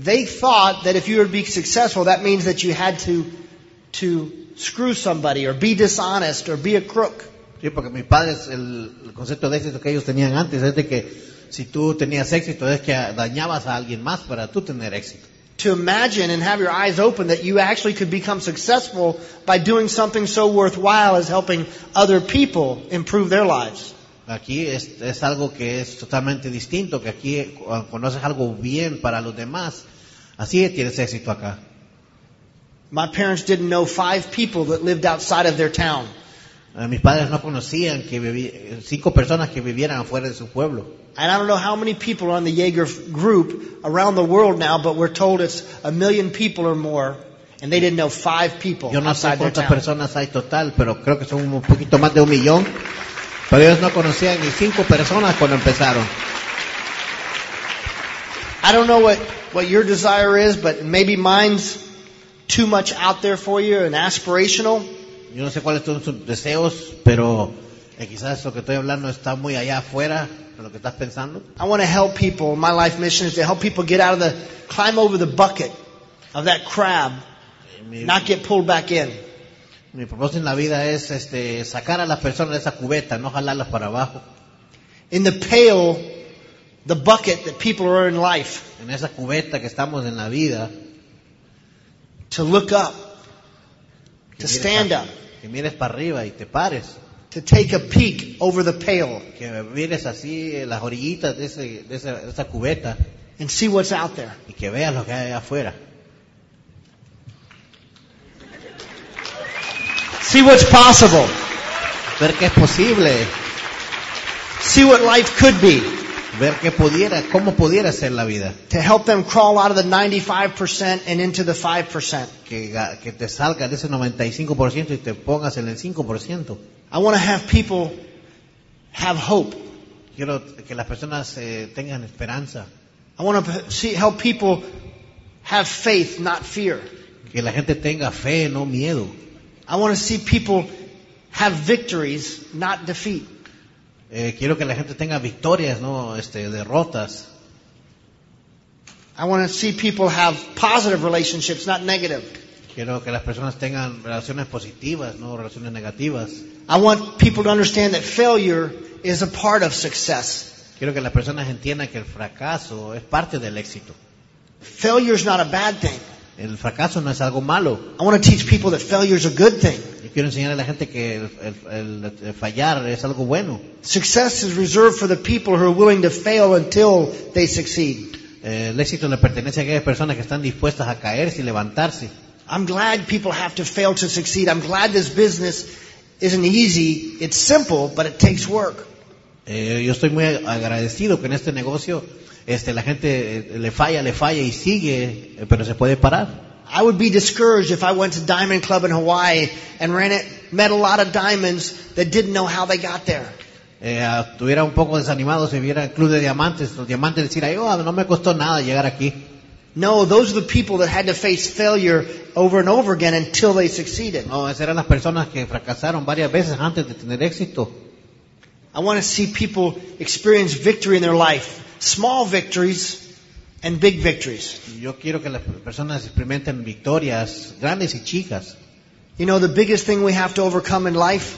[SPEAKER 2] they thought that if you were to be successful, that means that you had to, to screw somebody or be dishonest or be a crook.
[SPEAKER 3] Sí, porque mis padres, el, el concepto de éxito que ellos tenían antes es de que si tú tenías éxito es que dañabas a alguien más para tú tener éxito.
[SPEAKER 2] To imagine and have your eyes open that you actually could become successful by doing something so worthwhile as helping other people improve their lives.
[SPEAKER 3] Aquí es, es algo que es totalmente distinto, que aquí cuando conoces algo bien para los demás, así tienes éxito acá.
[SPEAKER 2] My parents didn't know five people that lived outside of their town.
[SPEAKER 3] Eh, mis padres no conocían que vivi- eh, cinco personas que vivieran afuera de su pueblo.
[SPEAKER 2] And I don't know how many people are on the Jaeger group around the world now, but we're told it's a million people or more, and they didn't know five people
[SPEAKER 3] Yo no sé
[SPEAKER 2] outside their
[SPEAKER 3] cuántas
[SPEAKER 2] town.
[SPEAKER 3] personas hay total, pero creo que son un poquito más de un millón. Pero ellos no conocían ni cinco personas cuando empezaron.
[SPEAKER 2] I don't know what, what your desire is, but maybe mine's too much out there for you and aspirational.
[SPEAKER 3] Yo no sé cuáles son sus deseos, pero eh, quizás lo que estoy hablando está muy allá afuera de lo que estás pensando.
[SPEAKER 2] I want to help people. My life mission is to help people get out of the, climb over the bucket of that crab,
[SPEAKER 3] Eh, Mi,
[SPEAKER 2] not get pulled back in.
[SPEAKER 3] mi propósito en la vida es este, sacar a las personas de esa cubeta, no jalarlas para abajo.
[SPEAKER 2] In the pail, the bucket that people are in life,
[SPEAKER 3] En esa cubeta que estamos en la vida.
[SPEAKER 2] to look up, to
[SPEAKER 3] Que mires
[SPEAKER 2] stand
[SPEAKER 3] pa-
[SPEAKER 2] up.
[SPEAKER 3] Que mires para arriba y te pares.
[SPEAKER 2] to take a peek over the pail
[SPEAKER 3] Que mires así eh, las orillitas de, ese- de esa, de esa cubeta
[SPEAKER 2] and see what's out there.
[SPEAKER 3] y que veas lo que hay allá afuera.
[SPEAKER 2] See what's possible.
[SPEAKER 3] Ver qué es posible.
[SPEAKER 2] See what life could be
[SPEAKER 3] Ver qué pudiera, cómo pudiera ser la vida.
[SPEAKER 2] to help them crawl out of the 95% and into the 5%.
[SPEAKER 3] que, ga- que te salgas de ese 95% y te pongas en el 5%.
[SPEAKER 2] I want to have people have hope.
[SPEAKER 3] Quiero que las personas eh, tengan esperanza,
[SPEAKER 2] I want to see, help people have faith, not fear.
[SPEAKER 3] que la gente tenga fe, no miedo.
[SPEAKER 2] I want to see people have victories, not defeat.
[SPEAKER 3] Eh, quiero que la gente tenga victorias, no este, derrotas.
[SPEAKER 2] I want to see people have positive relationships, not negative.
[SPEAKER 3] Quiero que las personas tengan relaciones positivas, no relaciones negativas.
[SPEAKER 2] I want people to understand that failure is a part of success.
[SPEAKER 3] Quiero que las personas entiendan que el fracaso es parte del éxito.
[SPEAKER 2] Failure is not a bad thing.
[SPEAKER 3] El fracaso no es algo malo.
[SPEAKER 2] I want to teach people that failure is a good thing.
[SPEAKER 3] Yo quiero enseñar a la gente que el- el- el- el fallar es algo bueno.
[SPEAKER 2] Success is reserved for the people who are willing to fail until they succeed.
[SPEAKER 3] Eh, el éxito le pertenece a aquellas personas que están dispuestas a caerse y levantarse.
[SPEAKER 2] I'm glad people have to fail to succeed. I'm glad this business isn't easy. It's simple, but it takes work.
[SPEAKER 3] Eh, yo estoy muy agradecido que en este negocio este, la gente eh, le falla, le falla y sigue, eh, pero se puede parar.
[SPEAKER 2] I would be discouraged if I went to Diamond Club in Hawaii and ran it, met a lot of diamonds that didn't know how they got there.
[SPEAKER 3] Eh, ah, estuviera un poco desanimado si viera el club de diamantes, los diamantes decir, "Ay, oh, no me costó nada llegar aquí.
[SPEAKER 2] No, those are the people that had to face failure over and over again until they succeeded.
[SPEAKER 3] No, esas eran las personas que fracasaron varias veces antes de tener éxito.
[SPEAKER 2] I want to see people experience victory in their life, small victories and big victories.
[SPEAKER 3] Yo quiero que las personas experimenten victorias grandes y chicas.
[SPEAKER 2] You know, the biggest thing we have to overcome in life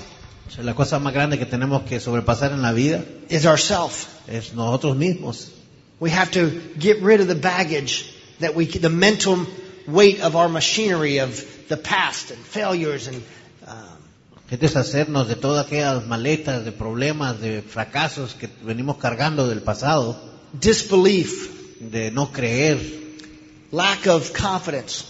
[SPEAKER 3] O sea, la cosa más grande que tenemos que sobrepasar en la vida
[SPEAKER 2] is ourself.
[SPEAKER 3] es nosotros mismos.
[SPEAKER 2] We have to get rid of the baggage that we, the mental weight of our machinery of the past and failures and um,
[SPEAKER 3] Es deshacernos de todas aquellas maletas, de problemas, de fracasos que venimos cargando del pasado,
[SPEAKER 2] disbelief,
[SPEAKER 3] de no creer,
[SPEAKER 2] lack of confidence.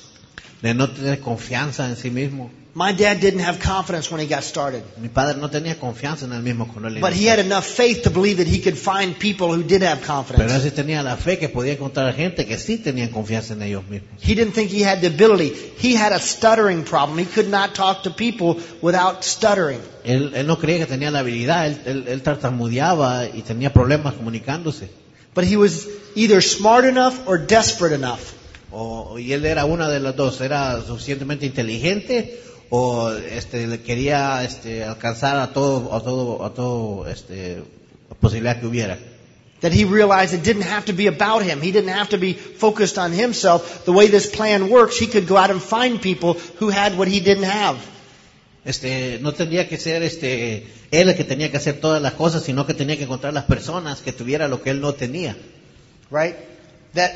[SPEAKER 3] de no tener confianza en sí mismo.
[SPEAKER 2] My dad didn't have confidence when he got started,
[SPEAKER 3] Mi padre no tenía confianza en él mismo cuando él
[SPEAKER 2] but he
[SPEAKER 3] inició.
[SPEAKER 2] had enough faith to believe that he could find people who did have
[SPEAKER 3] Pero él
[SPEAKER 2] confidence.
[SPEAKER 3] sí tenía la fe que podía encontrar gente que sí tenían confianza en ellos mismos.
[SPEAKER 2] He didn't think he had the ability. He had a stuttering problem. He could not talk to people without stuttering.
[SPEAKER 3] Él, él no creía que tenía la habilidad, él, él- él tartamudeaba y tenía problemas comunicándose.
[SPEAKER 2] But he was either smart enough or desperate enough.
[SPEAKER 3] O- y él era una de las dos, era suficientemente inteligente o este, le quería este, alcanzar a todo, a todo, a todo este, posibilidad que hubiera.
[SPEAKER 2] That he realized it didn't have to be about him. He didn't have to be focused on himself. The way this plan works, he could go out and find people who had what he didn't have.
[SPEAKER 3] Este, no tendría que ser este, él el que tenía que hacer todas las cosas, sino que tenía que encontrar las personas que tuviera lo que él no tenía.
[SPEAKER 2] right? That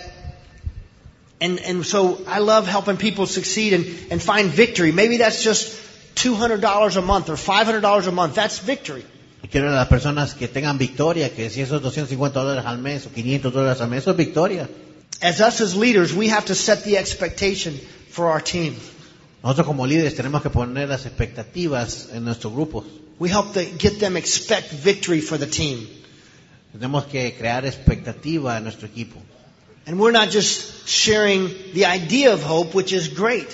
[SPEAKER 2] and and so I love helping people succeed and, and find victory. Maybe that's just two hundred dollars a month or five hundred dollars a month. That's victory.
[SPEAKER 3] Y Quiero a las personas que tengan victoria, que si esos 250 dólares al mes o 500 dólares al mes, eso es victoria.
[SPEAKER 2] As us as leaders, we have to set the expectation for our team.
[SPEAKER 3] Nosotros como líderes tenemos que poner las expectativas en nuestros grupos.
[SPEAKER 2] We help to get them expect victory for the team.
[SPEAKER 3] Tenemos que crear expectativa en nuestro equipo.
[SPEAKER 2] And we're not just sharing the idea of hope, which is great,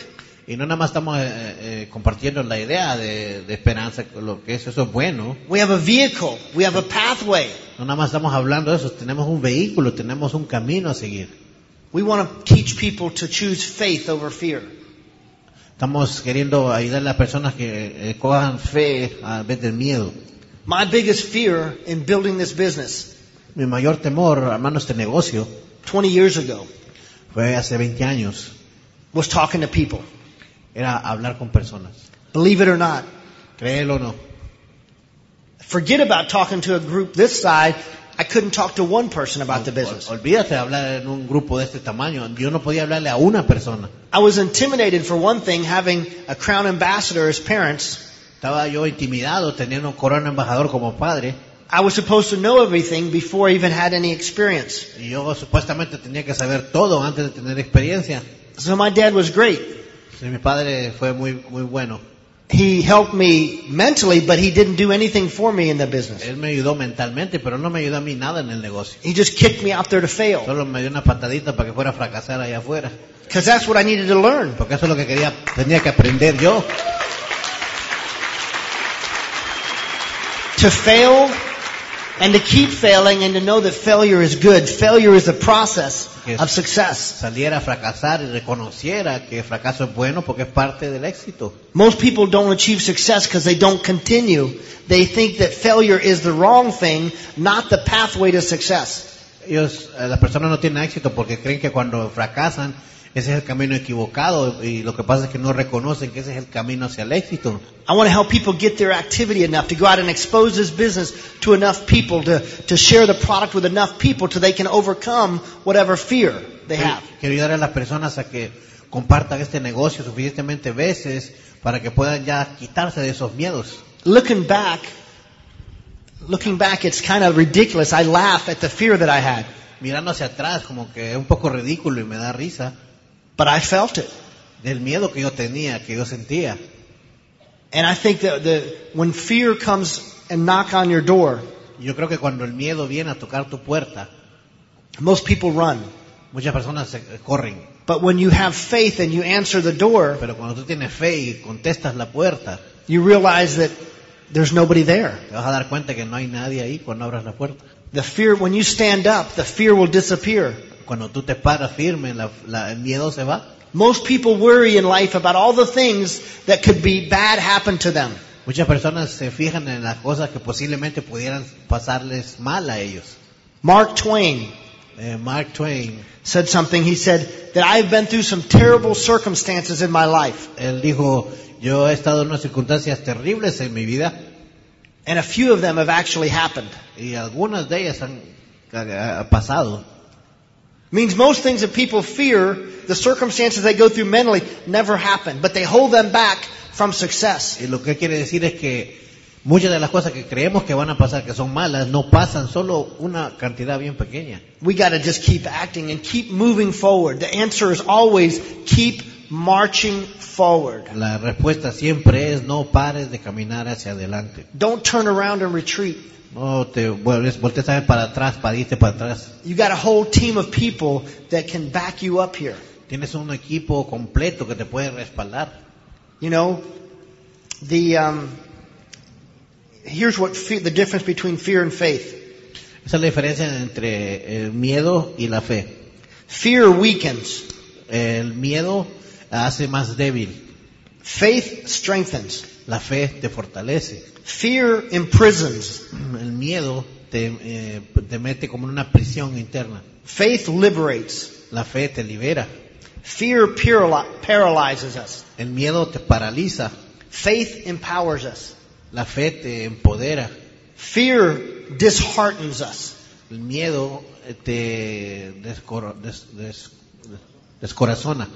[SPEAKER 3] Y no nada más estamos eh, eh, compartiendo la idea de, de esperanza, que lo que es eso es bueno.
[SPEAKER 2] we have a vehicle, we have a pathway.
[SPEAKER 3] No nada más estamos hablando de eso, tenemos un vehículo, tenemos un camino a seguir.
[SPEAKER 2] We want to teach people to choose faith over fear.
[SPEAKER 3] Estamos queriendo ayudar a las personas que eh, cojan fe a vez del miedo.
[SPEAKER 2] My biggest fear in building this business
[SPEAKER 3] Mi mayor temor, hermano, este negocio
[SPEAKER 2] 20 years ago
[SPEAKER 3] fue hace 20 años,
[SPEAKER 2] was talking to people.
[SPEAKER 3] era hablar con personas.
[SPEAKER 2] Believe it or not.
[SPEAKER 3] Créelo o no.
[SPEAKER 2] Forget about talking to a group this side. I couldn't talk to one person about the business.
[SPEAKER 3] Ol- Olvídate de hablar en un grupo de este tamaño. Yo no podía hablarle a una persona.
[SPEAKER 2] I was intimidated for one thing, having a crown ambassador as parents.
[SPEAKER 3] Estaba yo intimidado teniendo un corona embajador como padre.
[SPEAKER 2] I was supposed to know everything before I even had any experience.
[SPEAKER 3] Y yo supuestamente tenía que saber todo antes de tener experiencia.
[SPEAKER 2] So my dad was great.
[SPEAKER 3] Sí, mi padre fue muy, muy bueno.
[SPEAKER 2] He helped me mentally, but he didn't do anything for me in the business.
[SPEAKER 3] Él me ayudó mentalmente, pero no me ayudó a mí nada en el negocio.
[SPEAKER 2] He just kicked me out there to fail.
[SPEAKER 3] Solo me dio una patadita para que fuera a fracasar allá afuera.
[SPEAKER 2] Because that's what I needed to learn.
[SPEAKER 3] Porque eso es lo que quería, tenía que aprender yo.
[SPEAKER 2] to fail and to keep failing and to know that failure is good. Failure is the process
[SPEAKER 3] Yes.
[SPEAKER 2] of success.
[SPEAKER 3] Saliera a fracasar y reconociera que el fracaso es bueno porque es parte del éxito.
[SPEAKER 2] Most people don't achieve success because they don't continue. They think that failure is the wrong thing, not the pathway to success.
[SPEAKER 3] Ellos, eh, las personas no tienen éxito porque creen que cuando fracasan ese es el camino equivocado y lo que pasa es que no reconocen que ese es el camino hacia el éxito.
[SPEAKER 2] I want to help people get their activity enough to go out and expose this business to enough people to, to share the product with enough people till they can overcome whatever fear they have.
[SPEAKER 3] Quiero ayudar a las personas a que compartan este negocio suficientemente veces para que puedan ya quitarse de esos miedos.
[SPEAKER 2] Looking back, looking back, it's kind of ridiculous. I laugh at the fear that I had.
[SPEAKER 3] Mirando hacia atrás como que es un poco ridículo y me da risa
[SPEAKER 2] But I felt it.
[SPEAKER 3] del miedo que yo tenía, que yo sentía.
[SPEAKER 2] And I think that the, when fear comes and knock on your door,
[SPEAKER 3] Yo creo que cuando el miedo viene a tocar tu puerta,
[SPEAKER 2] most people run.
[SPEAKER 3] muchas personas se eh, corren,
[SPEAKER 2] But when you have faith and you answer the door,
[SPEAKER 3] pero cuando tú tienes fe y contestas la puerta,
[SPEAKER 2] you realize that there's nobody there.
[SPEAKER 3] Te vas a dar cuenta que no hay nadie ahí cuando abras la puerta.
[SPEAKER 2] The fear, when you stand up, the fear will disappear.
[SPEAKER 3] Cuando tú te paras firme, la- la- el miedo se va.
[SPEAKER 2] Most people worry in life about all the things that could be bad happen to them.
[SPEAKER 3] Muchas personas se fijan en las cosas que posiblemente pudieran pasarles mal a ellos.
[SPEAKER 2] Mark Twain
[SPEAKER 3] Eh, Mark Twain,
[SPEAKER 2] said something. He said that I've been through some terrible circumstances in my life,
[SPEAKER 3] él dijo, yo he estado en unas circunstancias terribles en mi vida
[SPEAKER 2] and a few of them have actually happened.
[SPEAKER 3] y algunas de ellas han ha- ha pasado.
[SPEAKER 2] means most things that people fear, the circumstances they go through mentally, never happen, but they hold them back from success.
[SPEAKER 3] Y lo que quiere decir es que muchas de las cosas que creemos que van a pasar, que son malas, no pasan, solo una cantidad bien pequeña.
[SPEAKER 2] We gotta just keep acting and keep moving forward. The answer is always keep marching forward.
[SPEAKER 3] La respuesta siempre es no pares de caminar hacia adelante.
[SPEAKER 2] Don't turn around and retreat.
[SPEAKER 3] No te vuelves, volteas a ver para atrás, para irte para atrás.
[SPEAKER 2] You got a whole team of people that can back you up here.
[SPEAKER 3] Tienes un equipo completo que te puede respaldar.
[SPEAKER 2] You know, the, um, here's what fe- the difference between fear and faith.
[SPEAKER 3] Esa es la diferencia entre el miedo y la fe.
[SPEAKER 2] Fear weakens.
[SPEAKER 3] El miedo hace más débil,
[SPEAKER 2] Faith strengthens.
[SPEAKER 3] la fe te fortalece.
[SPEAKER 2] Fear imprisons.
[SPEAKER 3] El miedo te, eh, te mete como en una prisión interna.
[SPEAKER 2] Faith liberates.
[SPEAKER 3] La fe te libera.
[SPEAKER 2] Fear paraly- paralyzes us.
[SPEAKER 3] El miedo te paraliza.
[SPEAKER 2] Faith empowers us.
[SPEAKER 3] La fe te empodera.
[SPEAKER 2] Fear disheartens us.
[SPEAKER 3] El miedo eh, te descor- des- des- descorazona.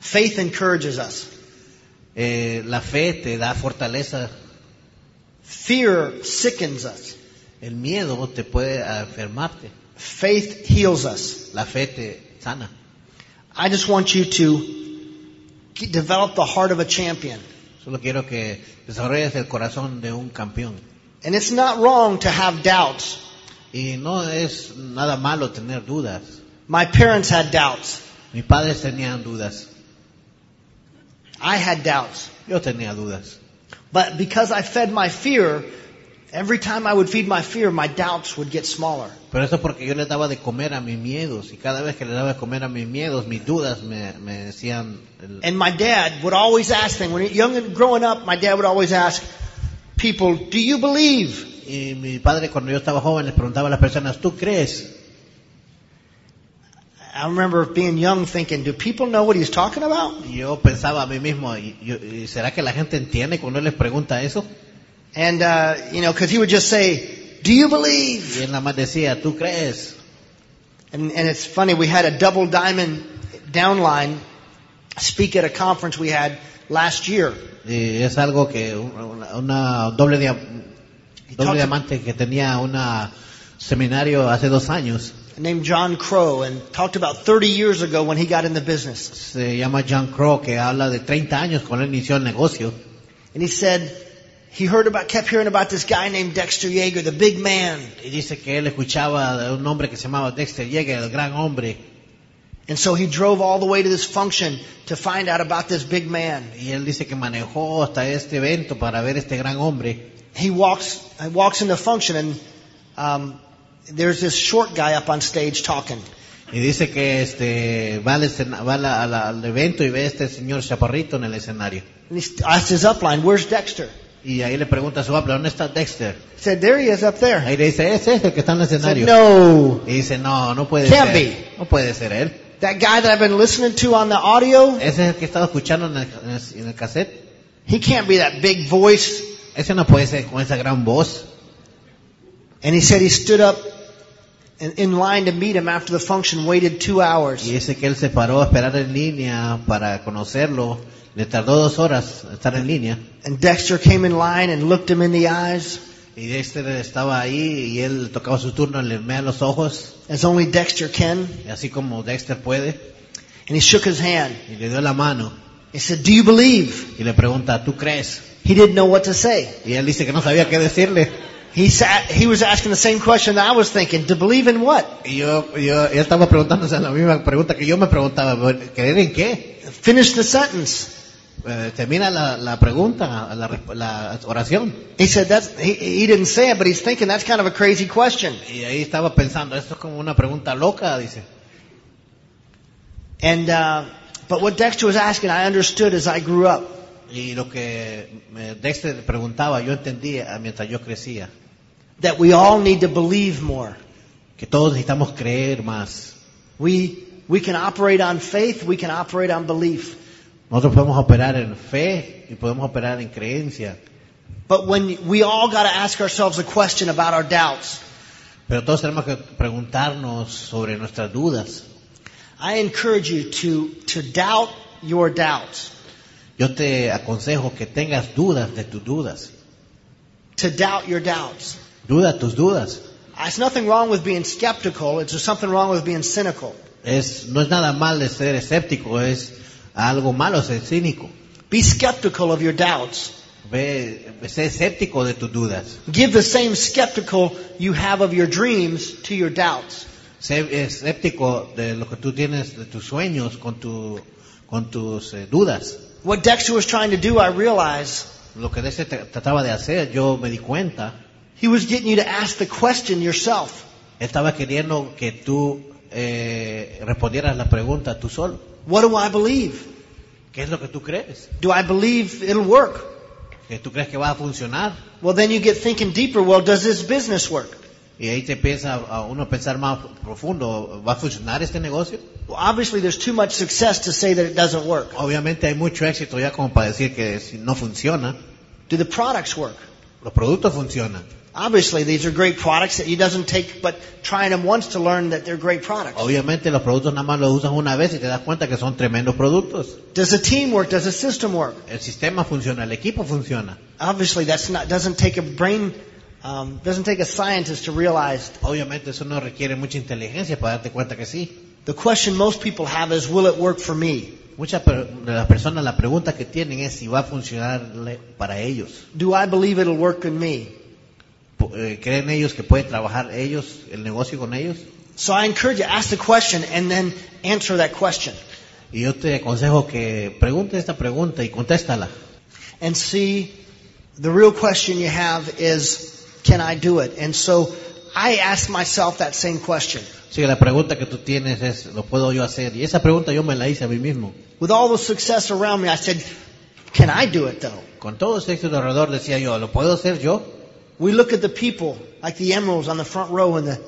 [SPEAKER 2] Faith encourages us.
[SPEAKER 3] Eh, la fe te da fortaleza.
[SPEAKER 2] Fear sickens us.
[SPEAKER 3] El miedo te puede a enfermarte.
[SPEAKER 2] Faith heals us.
[SPEAKER 3] La fe te sana.
[SPEAKER 2] I just want you to ke- develop the heart of a champion.
[SPEAKER 3] Solo quiero que desarrolles el corazón de un campeón.
[SPEAKER 2] And it's not wrong to have doubts.
[SPEAKER 3] Y no es nada malo tener dudas.
[SPEAKER 2] My parents had doubts.
[SPEAKER 3] Mis padres tenían dudas.
[SPEAKER 2] I had doubts.
[SPEAKER 3] Yo tenía dudas.
[SPEAKER 2] But because I fed my fear, every time I would feed my fear, my doubts would get smaller.
[SPEAKER 3] Pero eso es porque yo les daba de comer a mis miedos. Y cada vez que les daba de comer a mis miedos, mis dudas me, me decían... el-
[SPEAKER 2] And my dad would always ask them when he- young and growing up. My dad would always ask people, "Do you believe?"
[SPEAKER 3] Y mi padre cuando yo estaba joven les preguntaba a las personas, ¿tú crees?
[SPEAKER 2] I remember being young, thinking, "Do people know what he's talking about?"
[SPEAKER 3] Y yo pensaba a mí mismo, ¿y, yo- y será que la gente entiende cuando les pregunta eso?
[SPEAKER 2] And uh, you know, because he would just say, "Do you
[SPEAKER 3] Y
[SPEAKER 2] believe?"
[SPEAKER 3] él nada más decía, ¿tú crees?
[SPEAKER 2] And, and it's funny. We had a double diamond downline speak at a conference we had last year.
[SPEAKER 3] Y Eh, es algo que una, una doble, dia- doble diamante que tenía un seminario hace dos años.
[SPEAKER 2] Named John Crow and talked about 30 years ago when he got in the business.
[SPEAKER 3] Se llama John Crow, que habla de 30 años cuando él inició el negocio.
[SPEAKER 2] And he said he heard about, kept hearing about this guy named Dexter Yeager, the big man.
[SPEAKER 3] Y dice que él escuchaba de un hombre que se llamaba Dexter Yeager, el gran hombre.
[SPEAKER 2] And so he drove all the way to this function to find out about this big man.
[SPEAKER 3] Y él dice que manejó hasta este evento para ver este gran hombre.
[SPEAKER 2] He walks, he walks into function and um, there's this short guy up on stage talking.
[SPEAKER 3] Y dice que este va, al, escena- va a la- a la- al evento y ve a este señor chaparrito en el escenario.
[SPEAKER 2] And he asked his upline, where's Dexter?
[SPEAKER 3] Y ahí le pregunta a su habla, ¿dónde está Dexter?
[SPEAKER 2] He said, there he is up there.
[SPEAKER 3] Ahí le dice, ese es el que está en el
[SPEAKER 2] He said,
[SPEAKER 3] escenario.
[SPEAKER 2] no,
[SPEAKER 3] Y dice, no, no puede
[SPEAKER 2] Can't
[SPEAKER 3] ser.
[SPEAKER 2] be.
[SPEAKER 3] No puede ser él.
[SPEAKER 2] that guy that I've been listening to on the audio,
[SPEAKER 3] Ese es el que estaba escuchando en el, en el- en el cassette.
[SPEAKER 2] he can't be that big voice.
[SPEAKER 3] Ese no puede ser con esa gran voz.
[SPEAKER 2] And he said he stood up in, in line to meet him after the function, waited two hours.
[SPEAKER 3] Y dice que él se paró a esperar en línea para conocerlo. Le tardó dos horas estar en línea.
[SPEAKER 2] And Dexter came in line and looked him in the eyes,
[SPEAKER 3] Y Dexter estaba ahí y él tocaba su turno, le mea los ojos,
[SPEAKER 2] as only Dexter can.
[SPEAKER 3] y así como Dexter puede,
[SPEAKER 2] And he shook his hand.
[SPEAKER 3] y le dio la mano
[SPEAKER 2] He said, Do you believe?
[SPEAKER 3] y le pregunta, ¿tú crees?
[SPEAKER 2] He didn't know what to say.
[SPEAKER 3] Y él dice que no sabía qué decirle.
[SPEAKER 2] He sat, he was asking the same question that I was thinking. To believe in what?
[SPEAKER 3] Y yo, yo, él estaba preguntándose la misma pregunta que yo me preguntaba, bueno, ¿creer en qué?
[SPEAKER 2] Finish the sentence.
[SPEAKER 3] Eh, termina la, la pregunta, la, resp- la oración.
[SPEAKER 2] He said that's, he, he didn't say it, but he's thinking that's kind of a crazy question.
[SPEAKER 3] Y ahí estaba pensando, esto es como una pregunta loca, dice.
[SPEAKER 2] And, uh, but what Dexter was asking, I understood as I grew up.
[SPEAKER 3] Y lo que eh, Dexter preguntaba, yo entendía mientras yo crecía,
[SPEAKER 2] that we all need to believe more.
[SPEAKER 3] que todos necesitamos creer más.
[SPEAKER 2] We, we can operate on faith, we can operate on belief.
[SPEAKER 3] Nosotros podemos operar en fe y podemos operar en creencia,
[SPEAKER 2] But when we all got to ask ourselves a question about our doubts.
[SPEAKER 3] pero todos tenemos que preguntarnos sobre nuestras dudas.
[SPEAKER 2] I encourage you to, to doubt your doubts,
[SPEAKER 3] Yo te aconsejo que tengas dudas de tus dudas.
[SPEAKER 2] to doubt your doubts.
[SPEAKER 3] Duda tus dudas.
[SPEAKER 2] There's nothing wrong with being skeptical, it's just something wrong with being cynical.
[SPEAKER 3] Es, no es nada mal de ser escéptico, es algo malo ser cínico.
[SPEAKER 2] Be skeptical of your doubts.
[SPEAKER 3] Ve, sé escéptico de tus dudas.
[SPEAKER 2] Give the same skeptical you have of your dreams to your doubts.
[SPEAKER 3] Sé escéptico de lo que tú tienes, de tus sueños, con, tu, con tus eh, dudas.
[SPEAKER 2] What Dexter was trying to do, I realize,
[SPEAKER 3] Lo que Dexter tra- trataba de hacer, yo me di cuenta,
[SPEAKER 2] he was getting you to ask the question yourself.
[SPEAKER 3] él estaba queriendo que tú eh, respondieras la pregunta tú solo.
[SPEAKER 2] What do I believe?
[SPEAKER 3] ¿Qué es lo que tú crees?
[SPEAKER 2] Do I believe it'll work?
[SPEAKER 3] ¿Que tú crees que va a funcionar?
[SPEAKER 2] Well, then you get thinking deeper. Well, does this business work?
[SPEAKER 3] Y ahí te empieza a uno a pensar más profundo, ¿va a funcionar este negocio?
[SPEAKER 2] Well, obviously, there's too much success to say that it doesn't work.
[SPEAKER 3] Obviamente hay mucho éxito ya como para decir que si no funciona,
[SPEAKER 2] Do the products work?
[SPEAKER 3] los productos funcionan.
[SPEAKER 2] Obviously, these are great products that he doesn't take, but trying them once to learn that they're great products.
[SPEAKER 3] Obviamente los productos nada más los usas una vez y te das cuenta que son tremendos productos.
[SPEAKER 2] Does the team work? Does the system work?
[SPEAKER 3] El sistema funciona, el equipo funciona.
[SPEAKER 2] Obviously, that's not doesn't take a brain, um, doesn't take a scientist to realize.
[SPEAKER 3] Obviamente eso no requiere mucha inteligencia para darte cuenta que sí.
[SPEAKER 2] The question most people have is, will it work for me?
[SPEAKER 3] Muchas per- de las personas la pregunta que tienen es si va a funcionar para ellos.
[SPEAKER 2] Do I believe it'll work in me?
[SPEAKER 3] Po- eh, ¿Creen ellos que pueden trabajar ellos, el negocio con ellos?
[SPEAKER 2] So I encourage you ask the question and then answer that question
[SPEAKER 3] Y yo te aconsejo que preguntes esta pregunta y contéstala.
[SPEAKER 2] and see. The real question you have is, can I do it? And so I ask myself that same question.
[SPEAKER 3] Así que la pregunta que tú tienes es, ¿lo puedo yo hacer? Y esa pregunta yo me la hice a mí mismo.
[SPEAKER 2] With all the success around me, I said, can I do it though?
[SPEAKER 3] Con todo ese éxito alrededor decía yo, ¿lo puedo hacer yo?
[SPEAKER 2] We look at the people, like the emeralds on the front row and the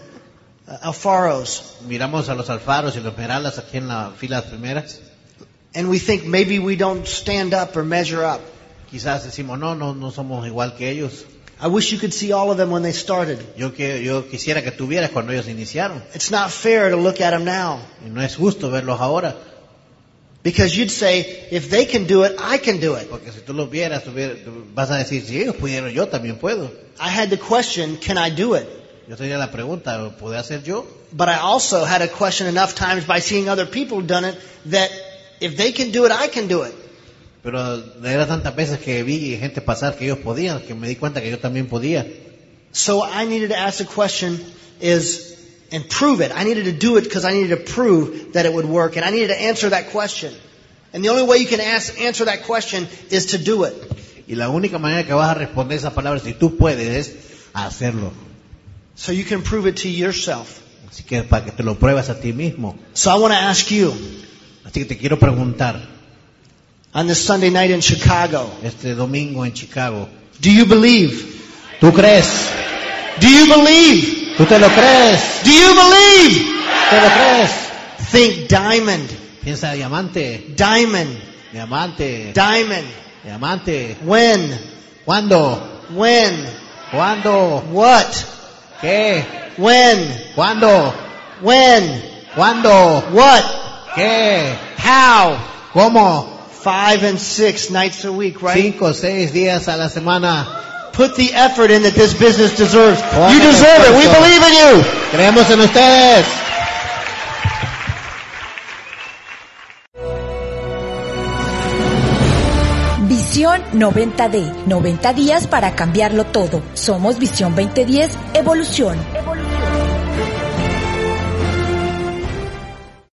[SPEAKER 2] uh, alfaros,
[SPEAKER 3] Miramos a los alfaros y los esmeraldas aquí en las filas primeras.
[SPEAKER 2] and we think maybe we don't stand up or measure up.
[SPEAKER 3] Quizás decimos, no, no, no somos igual que ellos.
[SPEAKER 2] I wish you could see all of them when they started.
[SPEAKER 3] Yo, que, yo quisiera que tuvieras cuando ellos iniciaron.
[SPEAKER 2] It's not fair to look at them now
[SPEAKER 3] Y no es justo verlos ahora.
[SPEAKER 2] because you'd say, if they can do it, I can do it.
[SPEAKER 3] Porque si tú los vieras, tuvier- tú vas a decir, si ellos pudieron, yo también puedo.
[SPEAKER 2] I had the question, can I do it?
[SPEAKER 3] Yo tenía la pregunta, ¿lo pude hacer yo?
[SPEAKER 2] But I also had a question enough times by seeing other people done it that if they can do it, I can do it.
[SPEAKER 3] Pero era tantas veces que vi gente pasar que ellos podían, que me di cuenta que yo también podía.
[SPEAKER 2] So I needed to ask the question is and prove it. I needed to do it because I needed to prove that it would work and I needed to answer that question. And the only way you can ask, answer that question is to do it.
[SPEAKER 3] Y la única manera que vas a responder esas palabras, si tú puedes, es hacerlo.
[SPEAKER 2] So you can prove it to yourself.
[SPEAKER 3] Así que para que te lo pruebes a ti mismo.
[SPEAKER 2] So I want to ask you
[SPEAKER 3] Así que te quiero preguntar,
[SPEAKER 2] on this Sunday night in Chicago,
[SPEAKER 3] este domingo en Chicago,
[SPEAKER 2] do you believe?
[SPEAKER 3] ¿tú crees?
[SPEAKER 2] Do you believe?
[SPEAKER 3] ¿Tú te lo crees?
[SPEAKER 2] Do you believe?
[SPEAKER 3] ¿Te lo crees?
[SPEAKER 2] Think diamond,
[SPEAKER 3] Piensa diamante,
[SPEAKER 2] diamond,
[SPEAKER 3] diamante,
[SPEAKER 2] diamond.
[SPEAKER 3] diamante.
[SPEAKER 2] When?
[SPEAKER 3] ¿Cuándo?
[SPEAKER 2] When?
[SPEAKER 3] ¿Cuándo?
[SPEAKER 2] What?
[SPEAKER 3] ¿Qué?
[SPEAKER 2] When?
[SPEAKER 3] ¿Cuándo?
[SPEAKER 2] When?
[SPEAKER 3] ¿Cuándo?
[SPEAKER 2] What?
[SPEAKER 3] ¿Qué?
[SPEAKER 2] How?
[SPEAKER 3] ¿Cómo?
[SPEAKER 2] Five and six nights a week, right?
[SPEAKER 3] Cinco, seis días a la semana.
[SPEAKER 2] Put the effort in that this business deserves.
[SPEAKER 3] Oh,
[SPEAKER 2] you
[SPEAKER 3] qué
[SPEAKER 2] deserve it. We
[SPEAKER 3] perfecto.
[SPEAKER 2] believe in you.
[SPEAKER 3] Creemos en ustedes.
[SPEAKER 1] Visión 90D, 90 días para cambiarlo todo. Somos Visión 2010, evolución.